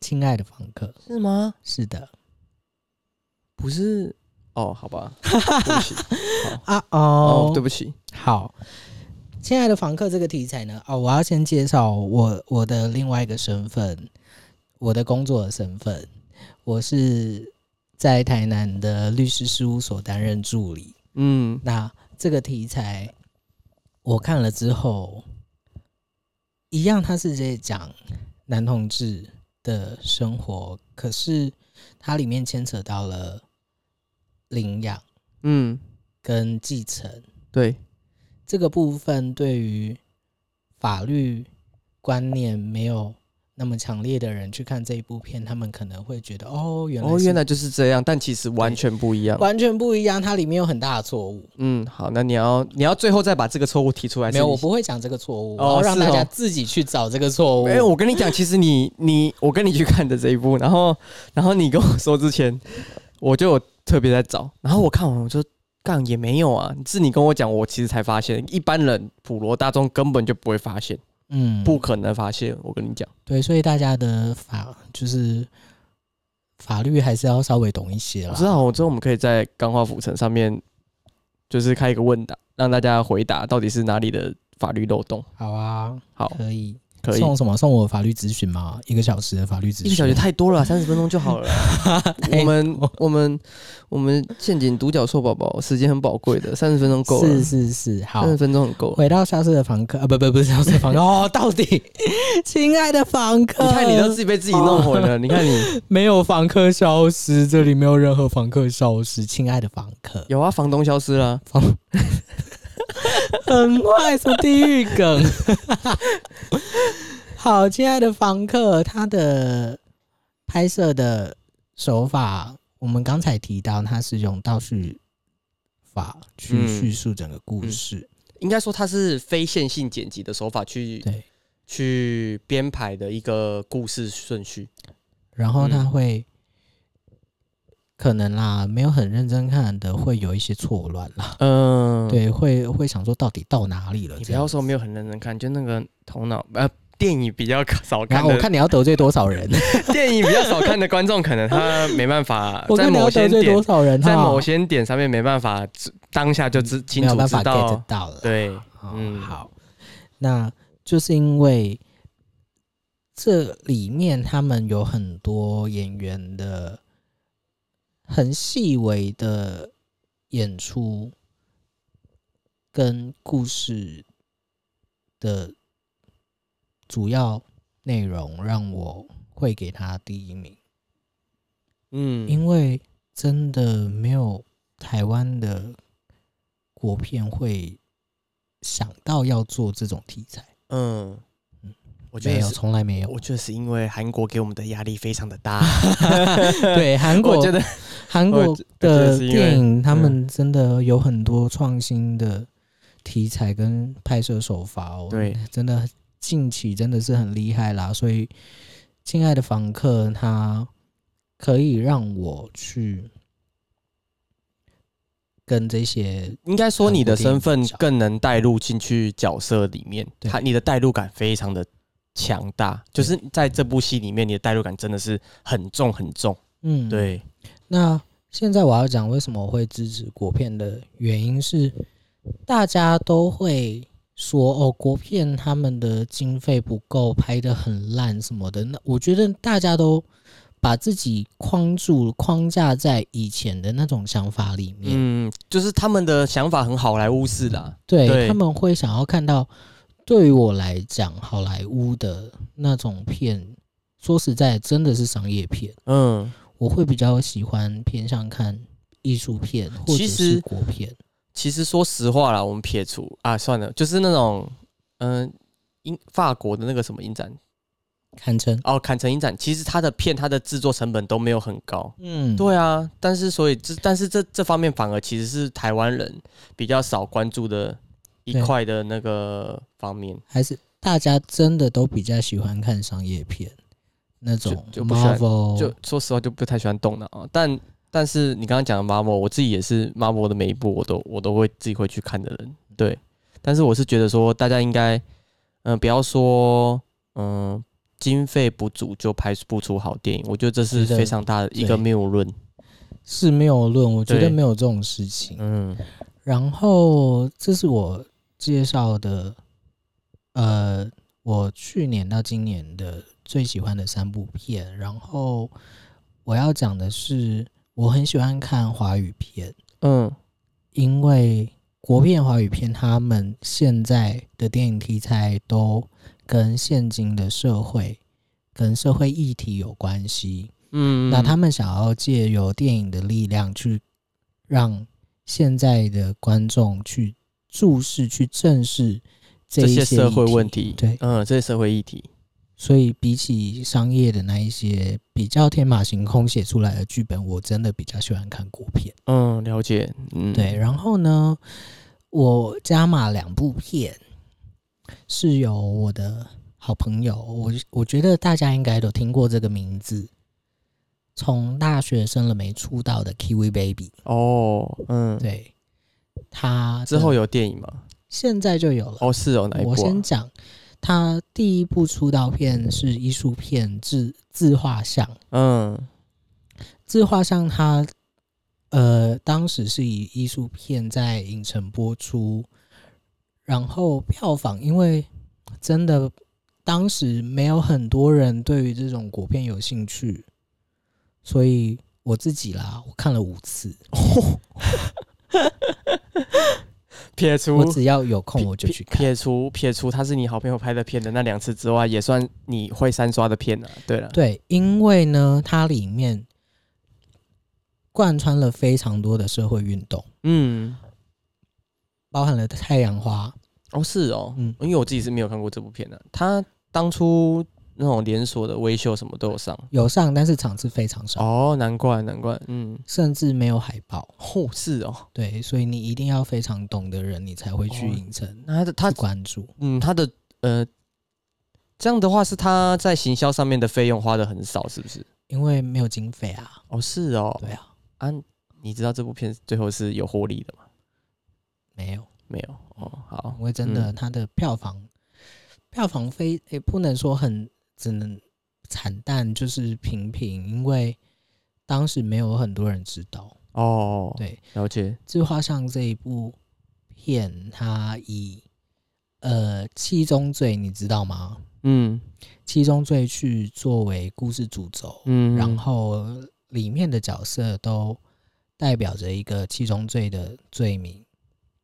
亲爱的房客》
是吗？
是的
不是哦，好吧，对不起，
啊
哦
哦，
对不起，
好，亲爱的房客这个题材呢，哦，我要先介绍我我的另外一个身份，我的工作的身份，我是在台南的律师事务所担任助理。
嗯，
那这个题材我看了之后，一样，它是在讲男同志的生活，可是它里面牵扯到了领养
嗯，
跟继承。
对，
这个部分对于法律观念没有那么强烈的人去看这一部片，他们可能会觉得哦，原来
哦，
是
原来就是这样，但其实完全不一样。
完全不一样，它里面有很大的错误。
嗯，好，那你要你要最后再把这个错误提出来。
没有，
是你
我不会讲这个错误，我
哦
要让
是哦
大家自己去找这个错误。
没有，哎我跟你讲，其实你你我跟你去看的这一部，然后然后你跟我说之前，我就有特别在找，然后我看完我就杠也没有啊，是你跟我讲，我其实才发现，一般人普罗大众根本就不会发现，
嗯，
不可能发现。我跟你讲，
对，所以大家的法就是法律还是要稍微懂一些
我
啦
知。道，我之后我们可以在钢化浮城上面，就是开一个问答，让大家回答到底是哪里的法律漏洞。
好啊，
好，
可以
可以。
送什么？送我法律咨询吗？一个小时的法律咨询，
一个小时太多了，三十分钟就好 了。我们我们我们陷阱独角兽宝宝时间很宝贵的，三十分钟够了，
是
嗯
是是，好
三，十分钟很够了。
回到消失的房客啊，不不不是消失的 房客哦，到底，亲爱的房客，
你看，你都自己被自己弄混
哦
了。你 看你
没有房客消失，这里没有任何房客消失，亲爱的房客，
有啊，房东消失了，
很坏，什么地狱 梗？好，亲爱的房客，他的拍摄的手法，我们刚才提到，他是用倒叙法去
嗯
叙述整个故事，
应该说他是非线性剪辑的手法去
对，
去编排的一个故事顺序。
然后他
嗯
会、可能啦，没有很认真看的会有一些错乱啦，
嗯，，
对，会会想说到底到哪里了
你不
这样
要。说没有很认真看，就那个头脑呃。电影比较少
然
看
后我
的，
看你要得罪多少 人，
电影比较少看的观众，可能他没办法
我
在
看你
某
要
些
得罪
点
多少人哈，
在某些点上面没办法知当下就知清
没有
楚
办
知
法 get
道，
到了。
对，
哦
嗯
好，那就是因为这里面他们有很多演员的很细微的演出跟故事的主要内容，让我会给他第一名，
嗯，
因为真的没有台湾的国片会想到要做这种题材。
嗯，我觉
没
得
有，
是，
从来没有。
我觉得是因为韩国给我们的压力非常的大，
对韩
我
国
觉，得
韩
我
国
觉我觉得
的
是因为
电影，他
嗯
们真的有很多创新的题材跟拍摄手法哦。
对，
真的近期真的是很厉害啦。所以，亲爱的房客，他可以让我去跟这些
应该说你的
韩
身份
国电影比较
更能带入进去角色里面，
对
他你的代入感非常的强大，就是在这部戏里面，你的代入感真的是很重很重，
嗯，
对，
那现在我要讲为什么我会支持国片的原因是，大家都会说哦，国片他们的经费不够，拍的很烂什么的。那我觉得大家都把自己框住、框架在以前的那种想法里面，
嗯，就是他们的想法很好莱坞式啦，
对
对
他们会想要看到。对于我来讲，好莱坞的那种片，说实在，真的是商业片。
嗯，
我会比较喜欢偏向看艺术片或者
其实
是国片。
其实说实话啦，我们撇除啊，算了，就是那种嗯、英法国的那个什么影展
堪称。
哦，坎城影展，其实它的片它的制作成本都没有很高。
嗯，
对啊，但是所以这但是这这方面反而其实是台湾人比较少关注的一
对
块的那个方面。
还是大家真的都比较喜欢看商业片，那种
就不喜欢
Marvel
就说实话就不太喜欢动脑、啊，但但是你刚刚讲的 Marvel，我自己也是 Marvel 的每一部我都我都会自己会去看的人，
嗯
对。但是我是觉得说大家应该，嗯、不要说嗯、经费不足就拍不出好电影，我觉得这是
是的
非常大的一
对
个谬论。
是没有论，我觉
对
得没有这种事情。
嗯，
然后这是我介绍的，呃，我去年到今年的最喜欢的三部片。然后我要讲的是，我很喜欢看华语片，
嗯，
因为国片、华语片他们现在的电影题材都跟现今的社会、跟社会议题有关系。
嗯，
那他们想要借由电影的力量去让现在的观众去注视、去正视这
这
一
些社会
议
问题，
对，
嗯，这些社会议题，
所以比起商业的那一些比较天马行空写出来的剧本，我真的比较喜欢看国片。
嗯，了解，嗯，
对，，然后呢，我加码两部片，是由我的好朋友，我我觉得大家应该都听过这个名字，从大学生了没出道的 Kiwi Baby，
哦，嗯，
对，他的
之后有电影吗？
现在就有了。
哦，是哦，哪一部、啊？
我先讲，他第一部出道片是艺术片《自自画像》，
嗯，
自画像它呃当时是以艺术片在影城播出，然后票房因为真的当时没有很多人对于这种国片有兴趣，所以我自己啦，我看了五次，
撇除
我只要有空
撇
我就去
撇
看。
撇除撇除他是你好朋友拍的片的那两次之外，也算你会三刷的片了、对了，
对，因为呢，它里面贯穿了非常多的社会运动，
嗯，
包含了太阳花，
哦是哦，
嗯
因为我自己是没有看过这部片的、他当初那种连锁的微秀什么都有上，
有上，但是场次非常少，
哦，难怪难怪，嗯，
甚至没有海报。
哦是哦，
对，所以你一定要非常懂的人，你才会去
哦
影城
那他的
去
他
关注。
嗯他的呃，这样的话是他在行销上面的费用花的很少，是不是？
因为没有经费啊。
哦是哦，
对啊，
啊，你知道这部片最后是有获利的吗？
没有，
没有哦，好
因，为真的它的票房，票房非也不能说很，只能惨淡，就是平平，因为当时没有很多人知道。
哦，
对，
了解，
《自画像》这一部片，它以呃七宗罪，你知道吗？
嗯
七宗罪去作为故事主轴，
嗯，
然后里面的角色都代表着一个七宗罪的罪名，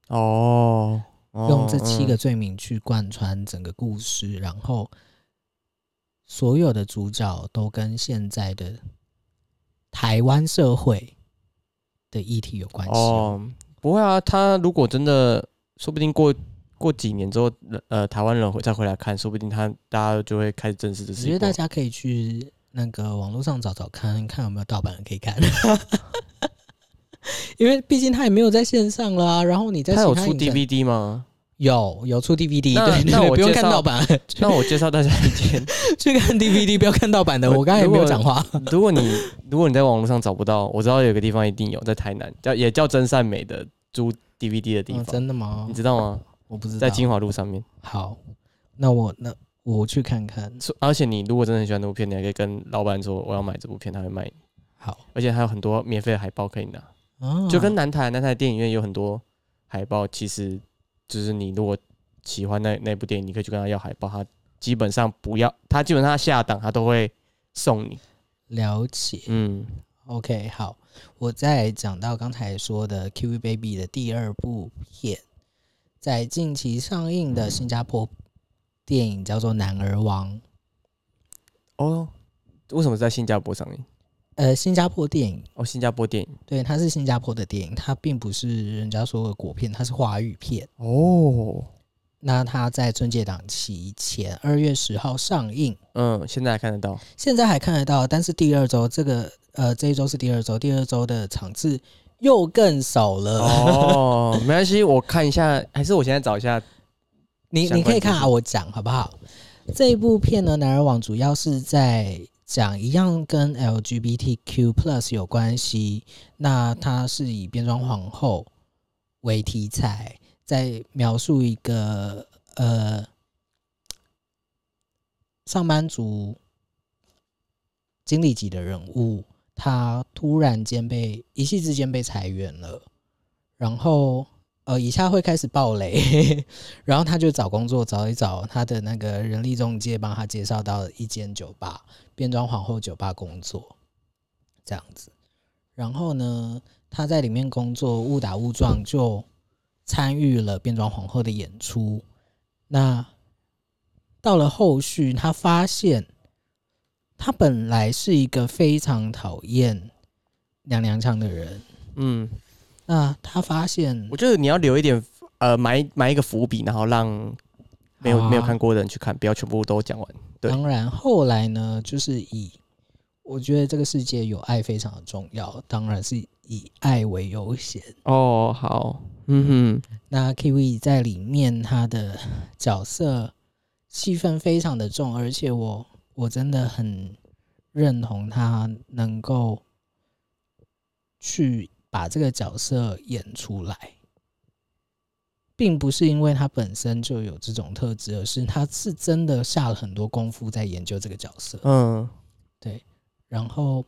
哦，哦
用这七个罪名去贯穿整个故事，然后所有的主角都跟现在的台湾社会的议题有关
嗯
系。
哦，不会啊，他如果真的，说不定过过几年之后，呃，台湾人会再回来看，说不定他大家就会开始正视这
我
事
觉
情。
得大家可以去那个网络上找找看，看有没有盗版的可以 看。因为毕竟他也没有在线上了啊，然后你在
他有
其
出
影城
DVD 吗？
有有出 DVD，
那
对，
那
对
我
不用
介
看
绍
盗版，
那我介绍大家一件，
去看 DVD，不要看盗版的。
我
我刚才也没
如
有
果
讲话。
如果你如果你在网络上找不到，我知道有个地方一定有，在台南叫也叫真善美的租 DVD 的地
哦
方，
真的吗
你？知道吗？
我不知道。
在金华路上面。
好，那我那我去看看。
所而且你如果真的很喜欢这部片，你还可以跟老板说我要买这部片，他会卖你，
好，
而且还有很多免费的海报可以拿。
啊
就跟南台南台电影院有很多海报，其实就是你如果喜欢那那部电影，你可以去跟他要海报，他基本上不要，他基本上他下档他都会送你。
了解。
嗯
OK，好，我再讲到刚才说的《Q Baby》的第二部片，在近期上映的新加坡电影叫做《男儿王》。
哦，为什么在新加坡上映？
呃，新加坡电影，
哦，新加坡电影
对，它是新加坡的电影，它并不是人家说的国片，它是华语片。
哦，
那它在春节档期前二月十号上映，
嗯，现在还看得到
现在还看得到，但是第二周这个呃这一周是第二周，第二周的场次又更少了。
哦 哦，没关系，我看一下，还是我现在找一下
你
相
你
关
可以看
资
啊，
讯
我讲好不好？这一部片呢，《男人网》主要是在讲一样跟 LGBTQ plus 有关系，那它是以变装皇后为题材，在描述一个呃上班族经理级的人物，他突然间被一夕之间被裁员了，然后呃，以下会开始爆雷。然后他就找工作找一找，他的那个人力中介帮他介绍到一间酒吧，变装皇后酒吧工作，这样子。然后呢，他在里面工作，误打误撞就参与了变装皇后的演出。那到了后续，他发现他本来是一个非常讨厌娘娘腔的人，
嗯，
那他发现
我觉得你要留一点，呃，埋埋一个伏笔，然后让没有、没有
啊
看过的人去看，不要全部都讲完。对
当然，后来呢，就是以我觉得这个世界有爱非常的重要，当然是以爱为优先。
哦，好，嗯哼，
那 Kiwi 在里面他的角色戏份非常的重，而且我我真的很认同他能够去把这个角色演出来，并不是因为他本身就有这种特质，而是他是真的下了很多功夫在研究这个角色。
嗯，
然后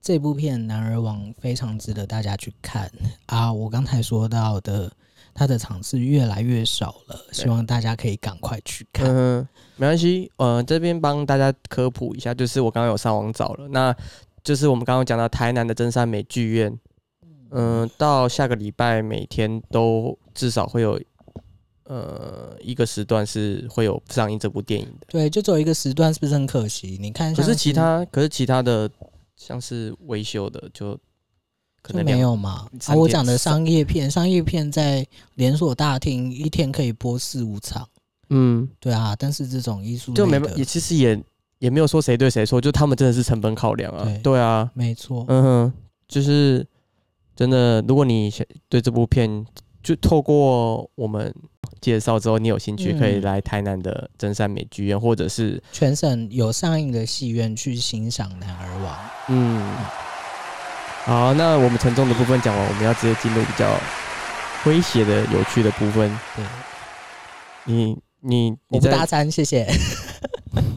这部片《男儿王》非常值得大家去看啊！我刚才说到的，它的场次越来越少了，希望大家可以赶快去看。
嗯，没关系。呃，这边帮大家科普一下，就是我刚刚有上网找了，那就是我们刚刚讲到台南的真善美剧院，嗯、到下个礼拜每天都至少会有呃一个时段是会有上映这部电影的。
对，就只有一个时段，是不是很可惜？你看
可
像，
是其他，可是其他的像是维修的就可
就
能
没
两
有嘛？啊，
三
我
天
讲的
三
商业片，商业片在连锁大厅一天可以播四五场，
嗯，
对啊。但是这种艺术
就
类
没
的
也其实也也没有说谁对谁错，就他们真的是成本考量啊，
对
对啊，
没错，
嗯哼，就是真的，如果你想对这部片就透过我们介绍之后，你有兴趣，
嗯
可以来台南的真善美剧院，或者是
全省有上映的戏院去欣赏《男儿王》。
嗯，好，那我们沉重的部分讲完，我们要直接进入比较诙谐的、有趣的部分。
对，
你你
我
你
不搭
在
餐，谢 谢。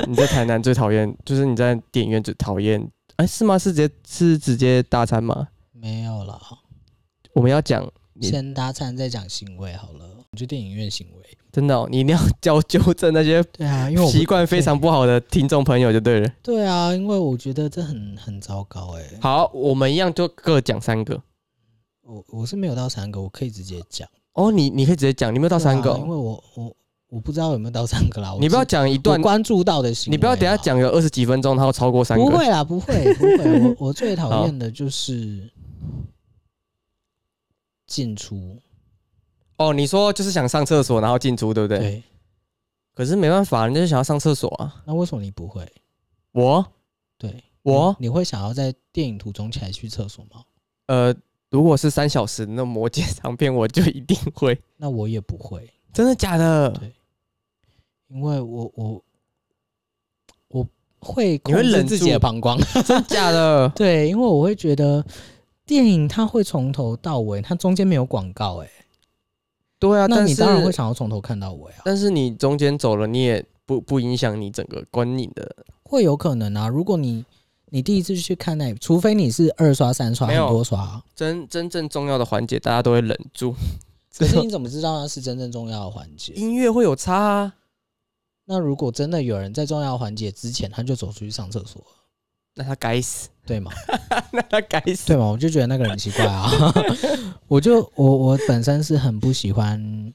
你在台南最 讨厌，就是你在电影院最讨厌，哎、是吗？是直接是直接大餐吗？
没有了。
我们要讲你
先搭餐再讲行为好了，我就电影院行为。
真的、哦，你一定要教纠正那些
对啊，因为我
习惯非常不好的听众朋友就对了。
对啊，因为我觉得这很很糟糕哎、
好，我们一样就各讲三个。
我我是没有到三个，我可以直接讲
哦，你你可以直接讲，你有没有到三个
对啊因为
哦？
我我我不知道有没有到三个啦。我
你不要
只
讲一
我
段，
关注到的行为啊，
你不要等下讲个二十几分钟，然后超过三
不
个。
会啦，不会不会。我我 最讨厌的就是进出，
哦，你说就是想上厕所，然后进出，对不对？
对。
可是没办法，人家就想要上厕所啊。
那为什么你不会？
我
对
我
你，你会想要在电影途中起来去厕所吗？
呃，如果是三小时那魔戒长片，我就一定会。
那我也不会。
真的假的？
对因为我我我会
你会
控制
忍
自己的
住
膀 胱，？
真的假的
对，因为我会觉得电影它会从头到尾，它中间没有广告、欸，
对啊，
那
但
你
是
当然会想要从头看到尾啊，
但是你中间走了，你也不不影响你整个观影的
会有可能啊。如果你你第一次去看那，除非你是二刷、三刷、
没
很
有
多刷，啊
真真正重要的环节，大家都会忍 住。
可是你怎么知道那是真正重要的环 节？
音乐会有差啊，
那如果真的有人在重要环节之前他就走出去上厕所了，
那他该死，
对吗？
那他该死。
对嘛？我就觉得那个人很奇怪啊， 我就我我本身是很不喜欢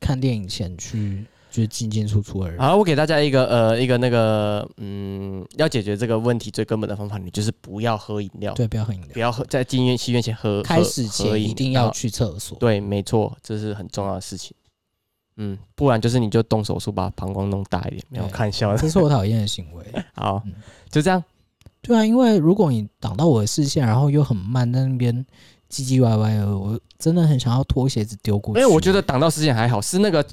看电影前去就是进进出出的人。
好，我给大家一个呃一个那个嗯，要解决这个问题最根本的方法，你就是不要喝饮料，
对，不要喝饮料
不，要喝在进院戏院前喝，
开始
喝喝
前
饮
一定
料
要去厕所。
对，没错，这是很重要的事情。嗯，不然就是你就动手术把膀胱弄大一点，没有
对
看笑 的。
这是我讨厌的行为。
好
嗯，
就这样。
对啊，因为如果你挡到我的视线，然后又很慢在那边唧唧歪歪的，我真的很想要脱鞋子丢过
因
去。
为我觉得挡到视线还好，是那个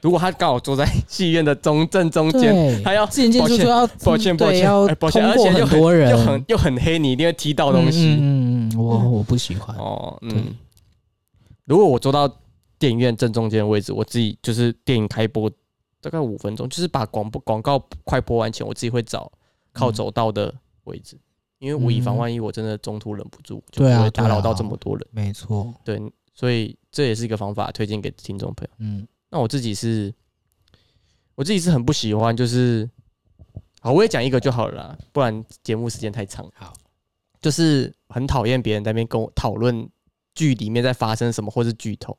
如果他刚好坐在 戏院的中正中间，
对，
还要
自行进出就要
抱歉抱
嗯对
歉
要
哎抱
通
歉
过
而且又
很多人，
又很又很黑，你一定会踢到东西。
嗯嗯嗯嗯，我
嗯
我不喜欢。
哦，
对
嗯。如果我坐到电影院正中间的位置，我自己就是电影开播大概五分钟，就是把广播广告快播完前，我自己会找靠走道的位置，因为我以防
嗯
万一，我真的中途忍不住，就
对啊
不会打扰
对啊
到这么多人。
没错，
对，所以这也是一个方法，推荐给听众朋友。
嗯
那我自己是，我自己是很不喜欢，就是，好，我也讲一个就好了啦，不然节目时间太长。
好，
就是很讨厌别人在那边跟我讨论剧里面在发生什么，或是剧透。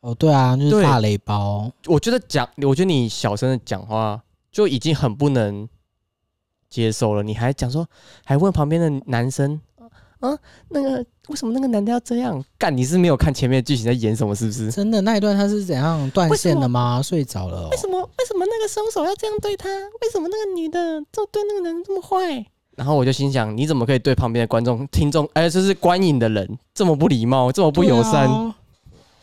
哦对啊，就
对
是大雷包，
我觉得讲，我觉得你小声的讲话就已经很不能接受了，你还讲说，还问旁边的男生，啊，那个为什么那个男的要这样干？你是没有看前面的剧情在演什么，是不是？
真的那一段他是怎样断线的吗？睡着了、哦
为，什么为什么那个凶手要这样对他？为什么那个女的就对那个人这么坏？然后我就心想，你怎么可以对旁边的观众、听众，哎、就是观影的人这么不礼貌，这么不友善？
对啊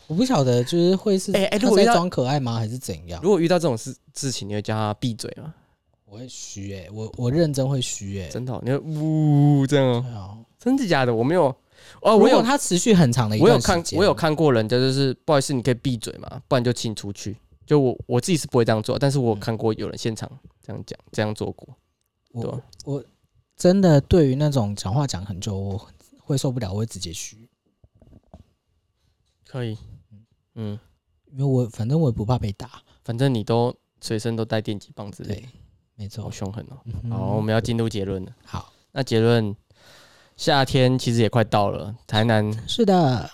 我不晓得，就是会是
哎哎如
他
果
在
要
装可爱吗，还是怎样？
如果遇到这种事事情，你会叫他闭嘴吗？
我会虚哎、我我认真会虚哎、
真的哦、你会呜这样哦？
对啊，
真的假的？我没有哦，
如
我
果
有
他持续很长的一
我有
段时
看
间，
我有看过人家就是不好意思，你可以闭嘴嘛，不然就请出去。就我我自己是不会这样做，但是我有看过有人现场这样讲、这样做过。对啊
我我真的对于那种讲话讲很久，我会受不了，我会直接虚，
可以，嗯，
因为我反正我也不怕被打。
反正你都随身都带电击棒之类的
对，没
好
错。
凶狠哦！
嗯哼
好，我们要进入结论了。
好，
那结论，夏天其实也快到了，台南
是的，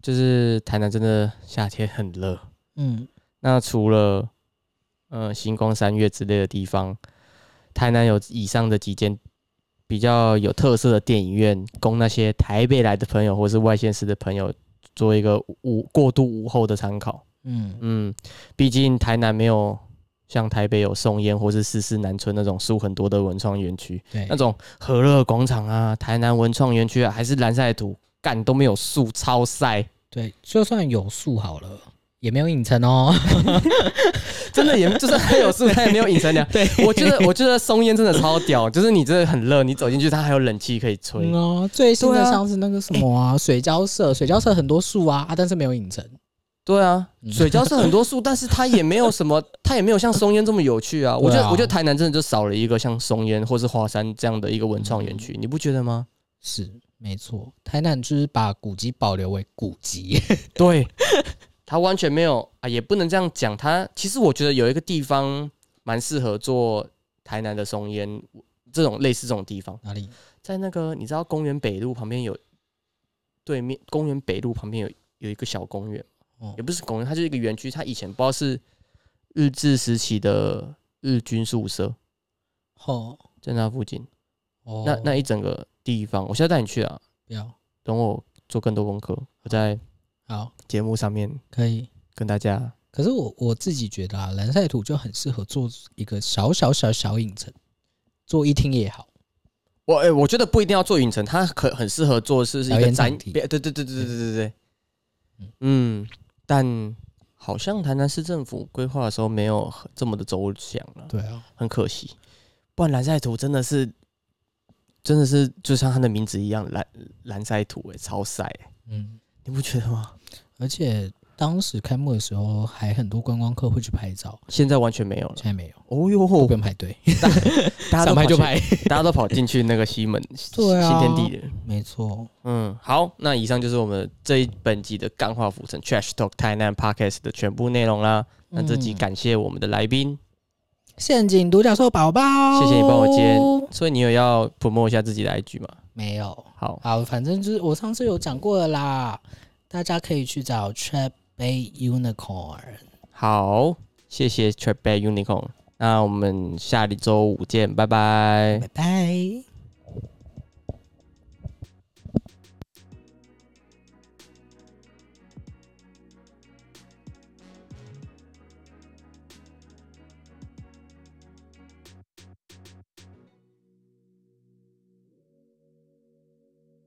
就是台南真的夏天很热。
嗯，
那除了呃星光三月之类的地方，台南有以上的几间比较有特色的电影院，供那些台北来的朋友或是外县市的朋友做一个午过度午后的参考。
嗯
嗯，毕竟台南没有像台北有松烟或是四四南村那种书很多的文创园区，
对，
那种和乐广场啊、台南文创园区啊，还是蓝晒图，干都没有树，超晒，
对，就算有树好了，也没有影城哦。
真的也就是还有树，它也没有隐身凉。
对，
我觉得，我觉得松烟真的超屌，就是你真的很热，你走进去它还有冷气可以吹
嗯。哦，最新
对
的
啊
像是那个什么啊， 水交社，水交社很多树啊，啊，但是没有影城。
对啊，
嗯
水交是很多树，但是它也没有什么，它也没有像松烟这么有趣啊。我
对
觉得，
啊
我觉得台南真的就少了一个像松烟或是华山这样的一个文创园区，你不觉得吗？
是，没错，台南就是把古迹保留为古 迹。
对，他完全没有啊，也不能这样讲。他其实我觉得有一个地方蛮适合做台南的松烟这种类似这种地方，
哪里？
在那个你知道公园北路旁边有对面公园北路旁边有有一个小公园，
哦
也不是公园，它就是一个园区。它以前不知道是日治时期的日军宿舍，
哦
在那附近，
哦，
那那一整个地方，我现在带你去啊，
不要
等我做更多功课，我在
好，
节目上面
可以。
跟大家
可是我我自己觉得啊，蓝晒图就很适合做一个小小小小影城，做一厅也好。
我哎、我觉得不一定要做影城，它可很适合做的是一
表
个
演
展
场，地
别对对对对对对对对，嗯，但好像台南市政府规划的时候没有很这么的周详了，
对啊，
很可惜。不然蓝晒图真的是，真的是就像它的名字一样，蓝蓝晒图哎、超晒、欸，
嗯，
你不觉得吗？
而且当时开幕的时候，还很多观光客会去拍照，
现在完全没有了
现。在没有，
哦
都不
哟，
用排队，
大家
想
都跑
拍
去
就，拍。
大家都跑进去那个西门、
对啊
新天地了。
没错，
嗯，好，那以上就是我们这一本集的《干化浮尘 Trash Talk 台南 Podcast》的全部内容啦。那这集
嗯
感谢我们的来宾，
陷阱独角兽宝宝，
谢谢你帮我接。所以你有要 promo 一下自己的 IG 吗？
没有，
好，
好，反正就是我上次有讲过了啦，大家可以去找 Trap Bay Unicorn。
好，谢
哎
谢 Trap Bay Unicorn。那我们下一周五见，拜拜
拜拜。